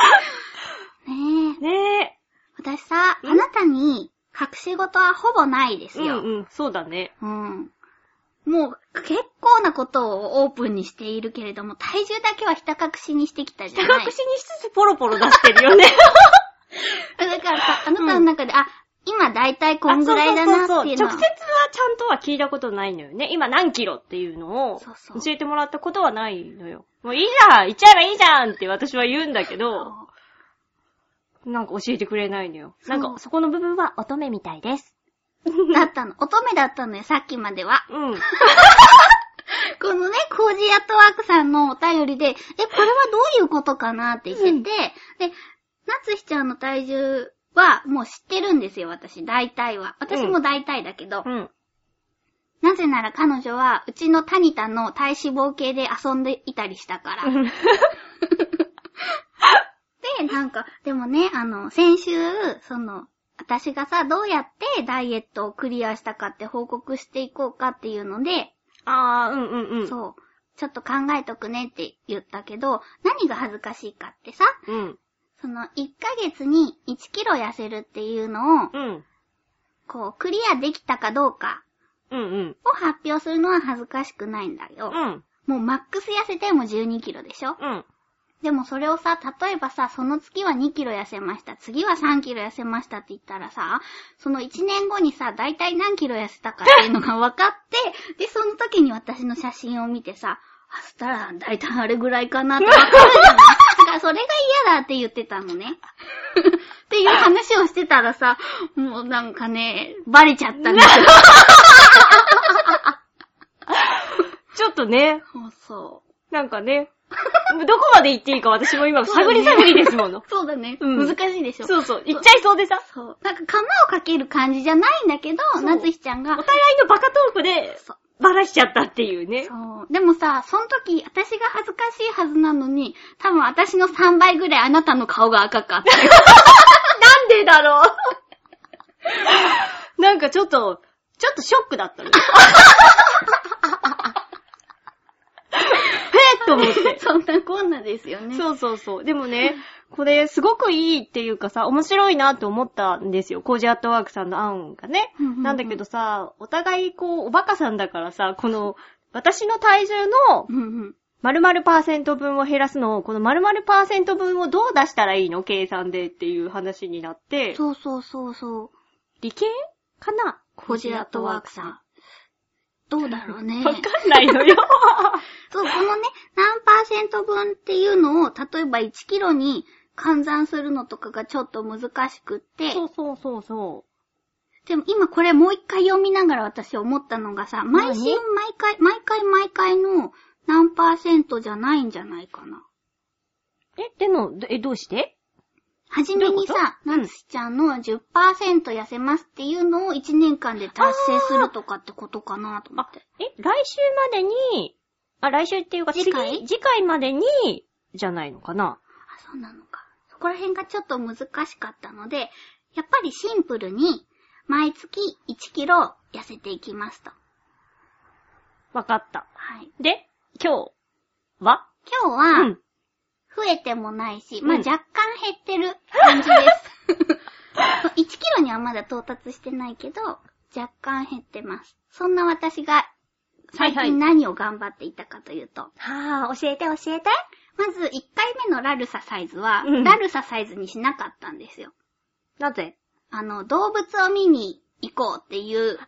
[SPEAKER 1] ねえ、
[SPEAKER 2] ね
[SPEAKER 1] 私さ、あなたに隠し事はほぼないで
[SPEAKER 2] え。
[SPEAKER 1] す
[SPEAKER 2] う
[SPEAKER 1] よ。
[SPEAKER 2] んうん、そうだね。
[SPEAKER 1] うん。もう、結構なことをオープンにしているけれども、体重だけはひた隠しにしてきたじゃ
[SPEAKER 2] 高
[SPEAKER 1] ない
[SPEAKER 2] くしにしつつポロポロ出してるよね。
[SPEAKER 1] だからさ、あなたの中で、あ、今だいたいこんぐらいだなっていうの
[SPEAKER 2] あ
[SPEAKER 1] は。
[SPEAKER 2] そうそうそうそう直接はちゃんとは聞いたことないのよね。今何キロっていうのを
[SPEAKER 1] そうそう
[SPEAKER 2] 教えてもらったことはないのよ。もういいじゃん行っちゃえばいいじゃんって私は言うんだけど、なんか教えてくれないのよ。
[SPEAKER 1] そ
[SPEAKER 2] な
[SPEAKER 1] うん
[SPEAKER 2] かそこの部分は乙女みたいです。
[SPEAKER 1] だったの。乙女だったのよ、さっきまでは。
[SPEAKER 2] うん。うん。
[SPEAKER 1] このね、コージーアットワークさんのお便りで、え、これはどういうことかなって言ってて、
[SPEAKER 2] うん
[SPEAKER 1] で、なつひちゃんの体重はもう知ってるんですよ、私。大体は。私も大体だけど。
[SPEAKER 2] うん。
[SPEAKER 1] なぜなら彼女は、うちのタニタの体脂肪計で遊んでいたりしたから。 で、なんか、でもね、あの、先週、その、私がさ、どうやってダイエットをクリアしたかって報告していこうかっていうので、
[SPEAKER 2] あー、うんうんうん。う。
[SPEAKER 1] そう、ちょっと考えとくねって言ったけど、何が恥ずかしいかってさ、
[SPEAKER 2] うん。
[SPEAKER 1] その、1ヶ月に1キロ痩せるっていうのを、
[SPEAKER 2] うん。
[SPEAKER 1] こう、クリアできたかどうか
[SPEAKER 2] うんうん。
[SPEAKER 1] を発表するのは恥ずかしくないんだよ。
[SPEAKER 2] うん。
[SPEAKER 1] もうマックス痩せても12キロでしょ
[SPEAKER 2] うん。
[SPEAKER 1] でもそれをさ、例えばさ、その月は2キロ痩せました、次は3キロ痩せましたって言ったらさ、その1年後にさ、だいたい何キロ痩せたかっていうのが分かって、で、 その時に私の写真を見てさ、あ、そしたら、だいたいあれぐらいかなって分かるじゃ ないだからそれが嫌だって言ってたのね。 っていう話をしてたらさ、もうなんかね、バレちゃったんだよ。
[SPEAKER 2] ちょっとね、
[SPEAKER 1] そうそう。
[SPEAKER 2] なんかね、どこまで行っていいか私も今探り探りですもの。
[SPEAKER 1] そうだね。
[SPEAKER 2] うん
[SPEAKER 1] 難しいでしょ。
[SPEAKER 2] そうそう、行っちゃいそうでさ。
[SPEAKER 1] そう。なんか、釜をかける感じじゃないんだけ
[SPEAKER 2] そ
[SPEAKER 1] ど、
[SPEAKER 2] う
[SPEAKER 1] なつひちゃん
[SPEAKER 2] お
[SPEAKER 1] が。
[SPEAKER 2] 互いのバカトークで
[SPEAKER 1] そう、
[SPEAKER 2] バラしちゃったっていうね。
[SPEAKER 1] そう。でもさ、その時、私が恥ずかしいはずなのに、多分私の3倍ぐらいあなたの顔が赤 かった。
[SPEAKER 2] なんでだろうなんかちょっと、ちょっとショックだっ たの。え っと思っ て。
[SPEAKER 1] そんなこんなですよね。う。
[SPEAKER 2] そうそうそう。でもね、これすごくいいっていうかさ、面白いなと思ったんですよ。コージアットワークさんの案がね
[SPEAKER 1] うんうんう。ん
[SPEAKER 2] なんだけどさ、お互いこう、おバカさんだからさ、この、私の体重の
[SPEAKER 1] うんうん。
[SPEAKER 2] 〇〇パーセント分を減らすのを、この〇〇パーセント分をどう出したらいいの計算でっていう話になって、
[SPEAKER 1] そうそうそうそう。
[SPEAKER 2] 理系かな
[SPEAKER 1] コジラットワークさん。どうだろうね。
[SPEAKER 2] わかんないのよ。
[SPEAKER 1] そう、このね、何パーセント分っていうのを、例えば1キロに換算するのとかがちょっと難しくって。
[SPEAKER 2] そうそうそうそ
[SPEAKER 1] でも今これもう一回読みながら私思ったのがさ、毎週毎回、毎回毎回の何パーセントじゃないんじゃないかな。
[SPEAKER 2] う。え、でも、どえ、どうして
[SPEAKER 1] はじめ
[SPEAKER 2] どうい
[SPEAKER 1] に
[SPEAKER 2] うこ
[SPEAKER 1] さ、
[SPEAKER 2] とうん
[SPEAKER 1] なつしちゃんの10%痩せますっていうのを1年間で達成するとかってことかなと思
[SPEAKER 2] あ
[SPEAKER 1] って。、
[SPEAKER 2] え、来週までに、あ、来週っていうか次
[SPEAKER 1] 次回
[SPEAKER 2] 次回までに、じゃないのかな
[SPEAKER 1] あ、そうなのか。そこら辺がちょっと難しかったので、やっぱりシンプルに、毎月1キロ痩せていきますと。
[SPEAKER 2] わかった。
[SPEAKER 1] はい。
[SPEAKER 2] で、今日は
[SPEAKER 1] 今
[SPEAKER 2] う
[SPEAKER 1] 日は、
[SPEAKER 2] ん。
[SPEAKER 1] 増えてもないし、まあ、
[SPEAKER 2] うん
[SPEAKER 1] 若干減ってる感じです。1キロにはまだ到達してないけど、若干減ってます。そんな私が、最
[SPEAKER 2] はいは
[SPEAKER 1] 近
[SPEAKER 2] い
[SPEAKER 1] 何を頑張っていたかというと、
[SPEAKER 2] はぁ、教えて教えて。
[SPEAKER 1] まず1回目のラルササイズは、
[SPEAKER 2] うん
[SPEAKER 1] ラルササイズにしなかったんですよ。
[SPEAKER 2] なぜ
[SPEAKER 1] あの、動物を見に行こうっていう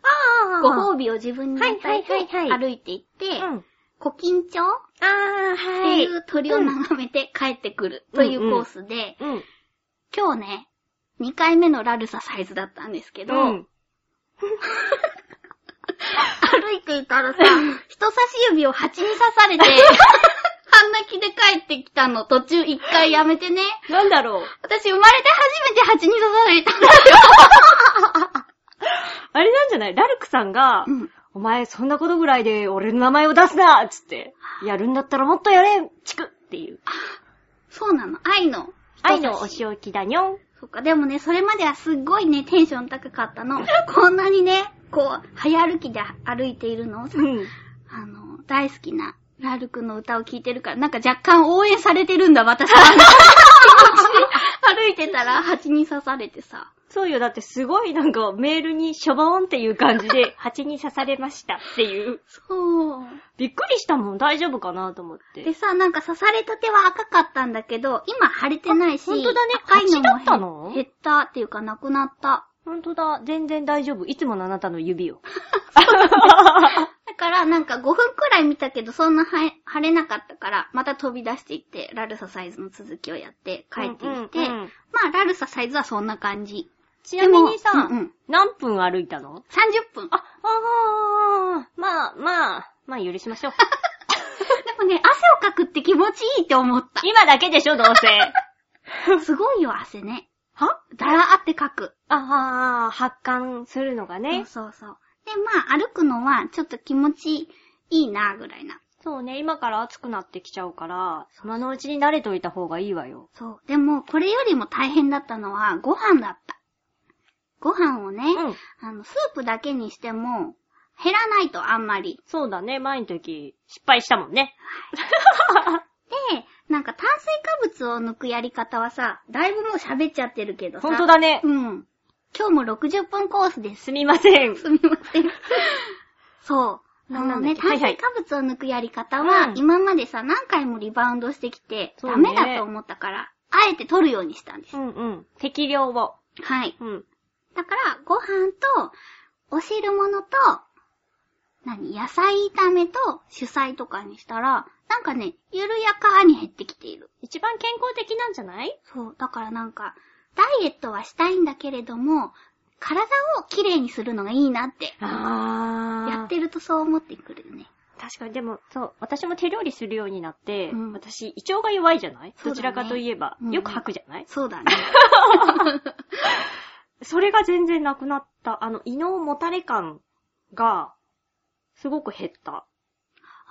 [SPEAKER 2] あ
[SPEAKER 1] ご褒美を自分に与え
[SPEAKER 2] はいはいはい
[SPEAKER 1] て
[SPEAKER 2] はい
[SPEAKER 1] 歩いていって、
[SPEAKER 2] うん。
[SPEAKER 1] コキンチョウっ
[SPEAKER 2] あー、は
[SPEAKER 1] ていう鳥を眺めて帰ってくるというコースで、
[SPEAKER 2] うん。
[SPEAKER 1] 今日ね、2回目のラルササイズだったんですけど、
[SPEAKER 2] うん。
[SPEAKER 1] 歩いていたらさ、人差し指を蜂に刺さ れて、半泣きで帰ってきたの途中1回やめてね。
[SPEAKER 2] なんだろう。
[SPEAKER 1] 私生まれて初めて蜂に刺されたんだ
[SPEAKER 2] あれなんじゃないラルクさんが、
[SPEAKER 1] うん
[SPEAKER 2] お前そんなことぐらいで俺の名前を出すなつって、やるんだったらもっとやれチクっていう。
[SPEAKER 1] そうなの。愛の。
[SPEAKER 2] 愛のお仕置きだにょん。
[SPEAKER 1] そっか、でもね、それまではすっごいね、テンション高かったの。こんなにね、こう、早歩きで歩いているのをさ、
[SPEAKER 2] うん。
[SPEAKER 1] あの、大好きな、ラルクの歌を聴いてるから、なんか若干応援されてるんだ、私 は。気持ちで歩いてたら、蜂に刺されてさ。
[SPEAKER 2] そうよ、だってすごいなんかメールにショボーンっていう感じ で蜂に刺されましたっていう。
[SPEAKER 1] そう。
[SPEAKER 2] びっくりしたもん、大丈夫かなと思って。
[SPEAKER 1] でさ、なんか刺された手は赤かったんだけど、今腫れてないし、
[SPEAKER 2] あ本当だね
[SPEAKER 1] 赤いのも減
[SPEAKER 2] 蜂だったの
[SPEAKER 1] 減ったっていうか、なくなった。
[SPEAKER 2] ほんとだ、全然大丈夫。いつものあなたの指よ。
[SPEAKER 1] だから、なんか5分くらい見たけど、そんなはえ腫れなかったから、また飛び出していって、ラルササイズの続きをやって、帰ってきて、
[SPEAKER 2] うんうんうん
[SPEAKER 1] まあ、ラルササイズはそんな感じ。
[SPEAKER 2] ちなみにさ、
[SPEAKER 1] でもうんうん
[SPEAKER 2] 何分歩いたの
[SPEAKER 1] 30分。
[SPEAKER 2] あ、
[SPEAKER 1] あ、
[SPEAKER 2] あー、まあ、まあ、まあ許しましょう。
[SPEAKER 1] でもね、汗をかくって気持ちいいって思 った。
[SPEAKER 2] 今だけでしょ、どうせ。
[SPEAKER 1] すごいよ、汗ね。
[SPEAKER 2] は
[SPEAKER 1] だらーってかく。
[SPEAKER 2] ああ、発汗するのがね。
[SPEAKER 1] そうそうそう。で、まあ、歩くのは、ちょっと気持ちいいな、ぐらいな。
[SPEAKER 2] そうね、今から暑くなってきちゃうから、今のうちに慣れといた方がいいわよ。
[SPEAKER 1] そう。でも、これよりも大変だったのは、ご飯だった。ご飯をね、
[SPEAKER 2] うん
[SPEAKER 1] あの、スープだけにしても、減らないとあんまり。
[SPEAKER 2] そうだね、前の時、失敗したもんね。
[SPEAKER 1] で、なんか炭水化物を抜くやり方はさ、だいぶもう喋っちゃってるけどさ。
[SPEAKER 2] ほんとだね。
[SPEAKER 1] うん。今日も60分コースです。
[SPEAKER 2] すみません。
[SPEAKER 1] すみません。そう。あ
[SPEAKER 2] なんだ
[SPEAKER 1] のね、
[SPEAKER 2] っけは
[SPEAKER 1] 炭
[SPEAKER 2] いはい
[SPEAKER 1] 水化物を抜くやり方は
[SPEAKER 2] う、ん
[SPEAKER 1] 今までさ、何回もリバウンドしてきて、
[SPEAKER 2] そう
[SPEAKER 1] ダ
[SPEAKER 2] ね
[SPEAKER 1] メだと思ったから、あえて取るようにしたんです
[SPEAKER 2] う。んうん。適量を。
[SPEAKER 1] はい。
[SPEAKER 2] うん。
[SPEAKER 1] だから、ご飯と、お汁物と、何野菜炒めと主菜とかにしたら、なんかね、緩やかに減ってきている。
[SPEAKER 2] 一番健康的なんじゃない
[SPEAKER 1] そう、だからなんか、ダイエットはしたいんだけれども、体をきれいにするのがいいなって、
[SPEAKER 2] あ
[SPEAKER 1] やってるとそう思ってくるよね。
[SPEAKER 2] 確かに、でも、そう、私も手料理するようになって、
[SPEAKER 1] うん
[SPEAKER 2] 私、胃腸が弱いじゃない、
[SPEAKER 1] そうだね
[SPEAKER 2] どちらかといえば、
[SPEAKER 1] うんうん
[SPEAKER 2] よく吐くじゃない
[SPEAKER 1] そうだね。
[SPEAKER 2] それが全然なくなった。あの、胃のもたれ感が、すごく減った。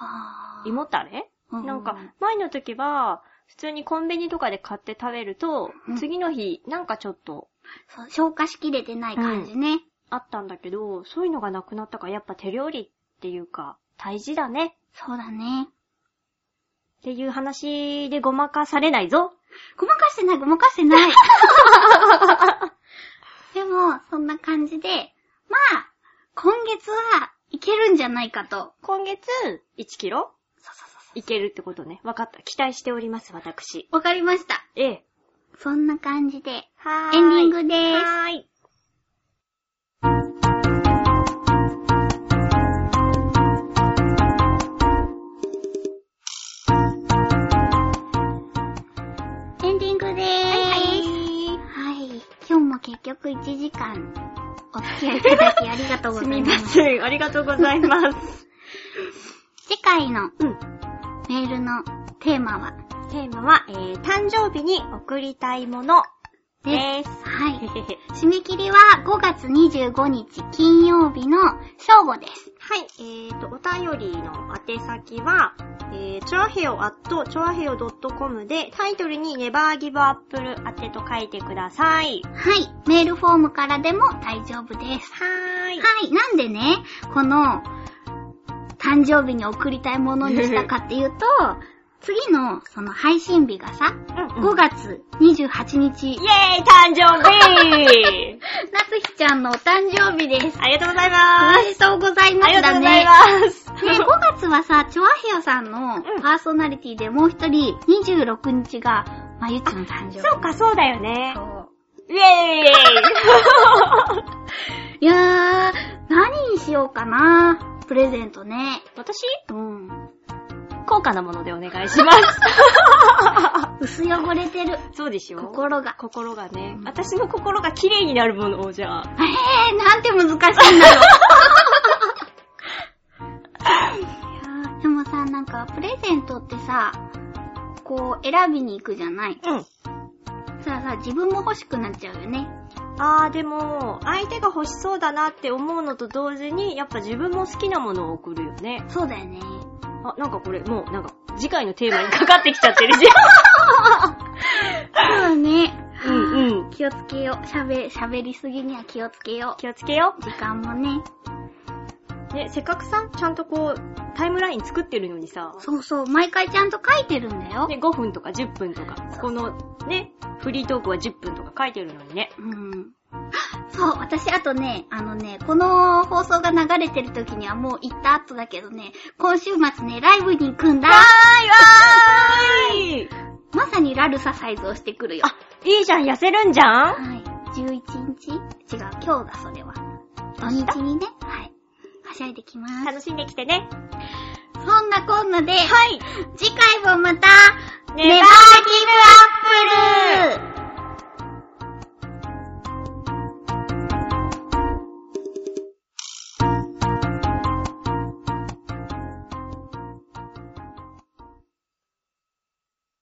[SPEAKER 1] あ
[SPEAKER 2] 胃もたれ、
[SPEAKER 1] うん
[SPEAKER 2] なんか、前の時は、普通にコンビニとかで買って食べると、
[SPEAKER 1] うん
[SPEAKER 2] 次の日、なんかちょっと、
[SPEAKER 1] そう消化しきれてない感じね。
[SPEAKER 2] あったんだけど、そういうのがなくなったから、やっぱ手料理っていうか、大事だね。
[SPEAKER 1] そうだね。
[SPEAKER 2] っていう話でごまかされないぞ。
[SPEAKER 1] ごまかしてない、ごまかしてない。 でも、そんな感じで、まあ、今月はいけるんじゃないかと。
[SPEAKER 2] 今月、1キロ
[SPEAKER 1] そうそうそうそ
[SPEAKER 2] いけるってことね。わかった。期待しております、私。
[SPEAKER 1] う。わかりました。
[SPEAKER 2] ええ。
[SPEAKER 1] そんな感じで、
[SPEAKER 2] は
[SPEAKER 1] エンディングでーす。
[SPEAKER 2] はーい。
[SPEAKER 1] エンディングでーす。
[SPEAKER 2] はい
[SPEAKER 1] はい。今日も結局1時間、お付き合いいただきありがとうご
[SPEAKER 2] す
[SPEAKER 1] ざ
[SPEAKER 2] み
[SPEAKER 1] い
[SPEAKER 2] ま
[SPEAKER 1] ます。
[SPEAKER 2] せん。ありがとうござい ます。
[SPEAKER 1] 次回の
[SPEAKER 2] うん。
[SPEAKER 1] メールのテーマは、
[SPEAKER 2] テーマは、えー、誕生日に贈りたいものです。
[SPEAKER 1] は
[SPEAKER 2] へ
[SPEAKER 1] い。
[SPEAKER 2] へへ
[SPEAKER 1] 締め切りは5月25日金曜日の正午です。
[SPEAKER 2] はい、えーと、お便りの宛先は、えー、チョアヘヨアット、チョアヘヨ .com で、タイトルにネバーギブアップル宛てと書いてください。
[SPEAKER 1] はい。メールフォームからでも大丈夫です。
[SPEAKER 2] はーい。
[SPEAKER 1] はい。なんでね、この、誕生日に送りたいものにしたかっていうと、次の、その配信日がさ、
[SPEAKER 2] うんうん
[SPEAKER 1] 5月28日、
[SPEAKER 2] イェーイ誕生 日
[SPEAKER 1] なつひちゃんのお誕生日です。
[SPEAKER 2] ありがとうござい
[SPEAKER 1] お
[SPEAKER 2] ま
[SPEAKER 1] めでとうござい
[SPEAKER 2] す。
[SPEAKER 1] ま
[SPEAKER 2] あり
[SPEAKER 1] す
[SPEAKER 2] がと
[SPEAKER 1] だ
[SPEAKER 2] うござい
[SPEAKER 1] ね。
[SPEAKER 2] ます。
[SPEAKER 1] ね、5月はさ、チョアヘヨさんのパーソナリティでもう一人、26日が、まゆちゃんの誕生日。
[SPEAKER 2] そうか、そうだよね。
[SPEAKER 1] そう
[SPEAKER 2] イェーイ
[SPEAKER 1] いやー、何にしようかな。プレゼントね。
[SPEAKER 2] 私
[SPEAKER 1] うん。
[SPEAKER 2] 高価なものでお願いします。
[SPEAKER 1] 薄汚れてる。
[SPEAKER 2] そうでしょ
[SPEAKER 1] 心が。
[SPEAKER 2] 心がね、私の心が綺麗になるものをじゃあ。
[SPEAKER 1] えー、なんて難 しいんだろう。いやーでもさ、なんか、プレゼントってさ、こう、選びに行くじゃない。
[SPEAKER 2] うん。
[SPEAKER 1] そしたらさ、自分も欲しくなっちゃうよね。
[SPEAKER 2] あーでも、相手が欲しそうだなって思うのと同時に、やっぱ自分も好きなものを送るよね。
[SPEAKER 1] そうだよね。
[SPEAKER 2] あ、なんかこれ、もうなんか、次回のテーマにかかってきちゃってるじ
[SPEAKER 1] そうだね。
[SPEAKER 2] ゃん。 うんうん。
[SPEAKER 1] 気をつけよう。喋、喋りすぎには気をつけよ
[SPEAKER 2] 気をつけよ
[SPEAKER 1] う。時間もね。
[SPEAKER 2] う。ね、せっかくさ、ちゃんとこう、タイムライン作ってるのにさ、
[SPEAKER 1] そうそう、毎回ちゃんと書いてるんだよ。
[SPEAKER 2] ね、5分とか10分とか、この、ね、フリートークは10分とか書いてるのにね。
[SPEAKER 1] うん。そう、私、あとね、あのね、この放送が流れてる時にはもう行った後だけどね、今週末ね、ライブに行くんだ。
[SPEAKER 2] ーいわー
[SPEAKER 1] まさにラルササイズをしてくるよ。
[SPEAKER 2] いいいじゃん、痩せるんじゃん
[SPEAKER 1] はい。11日違う、今日だ、それは。土日にね、はい。はしゃいできます。
[SPEAKER 2] 楽しんできてね。
[SPEAKER 1] そんなこんなで、
[SPEAKER 2] はい
[SPEAKER 1] 次回もまた、
[SPEAKER 2] ネバーギブアップル
[SPEAKER 1] ル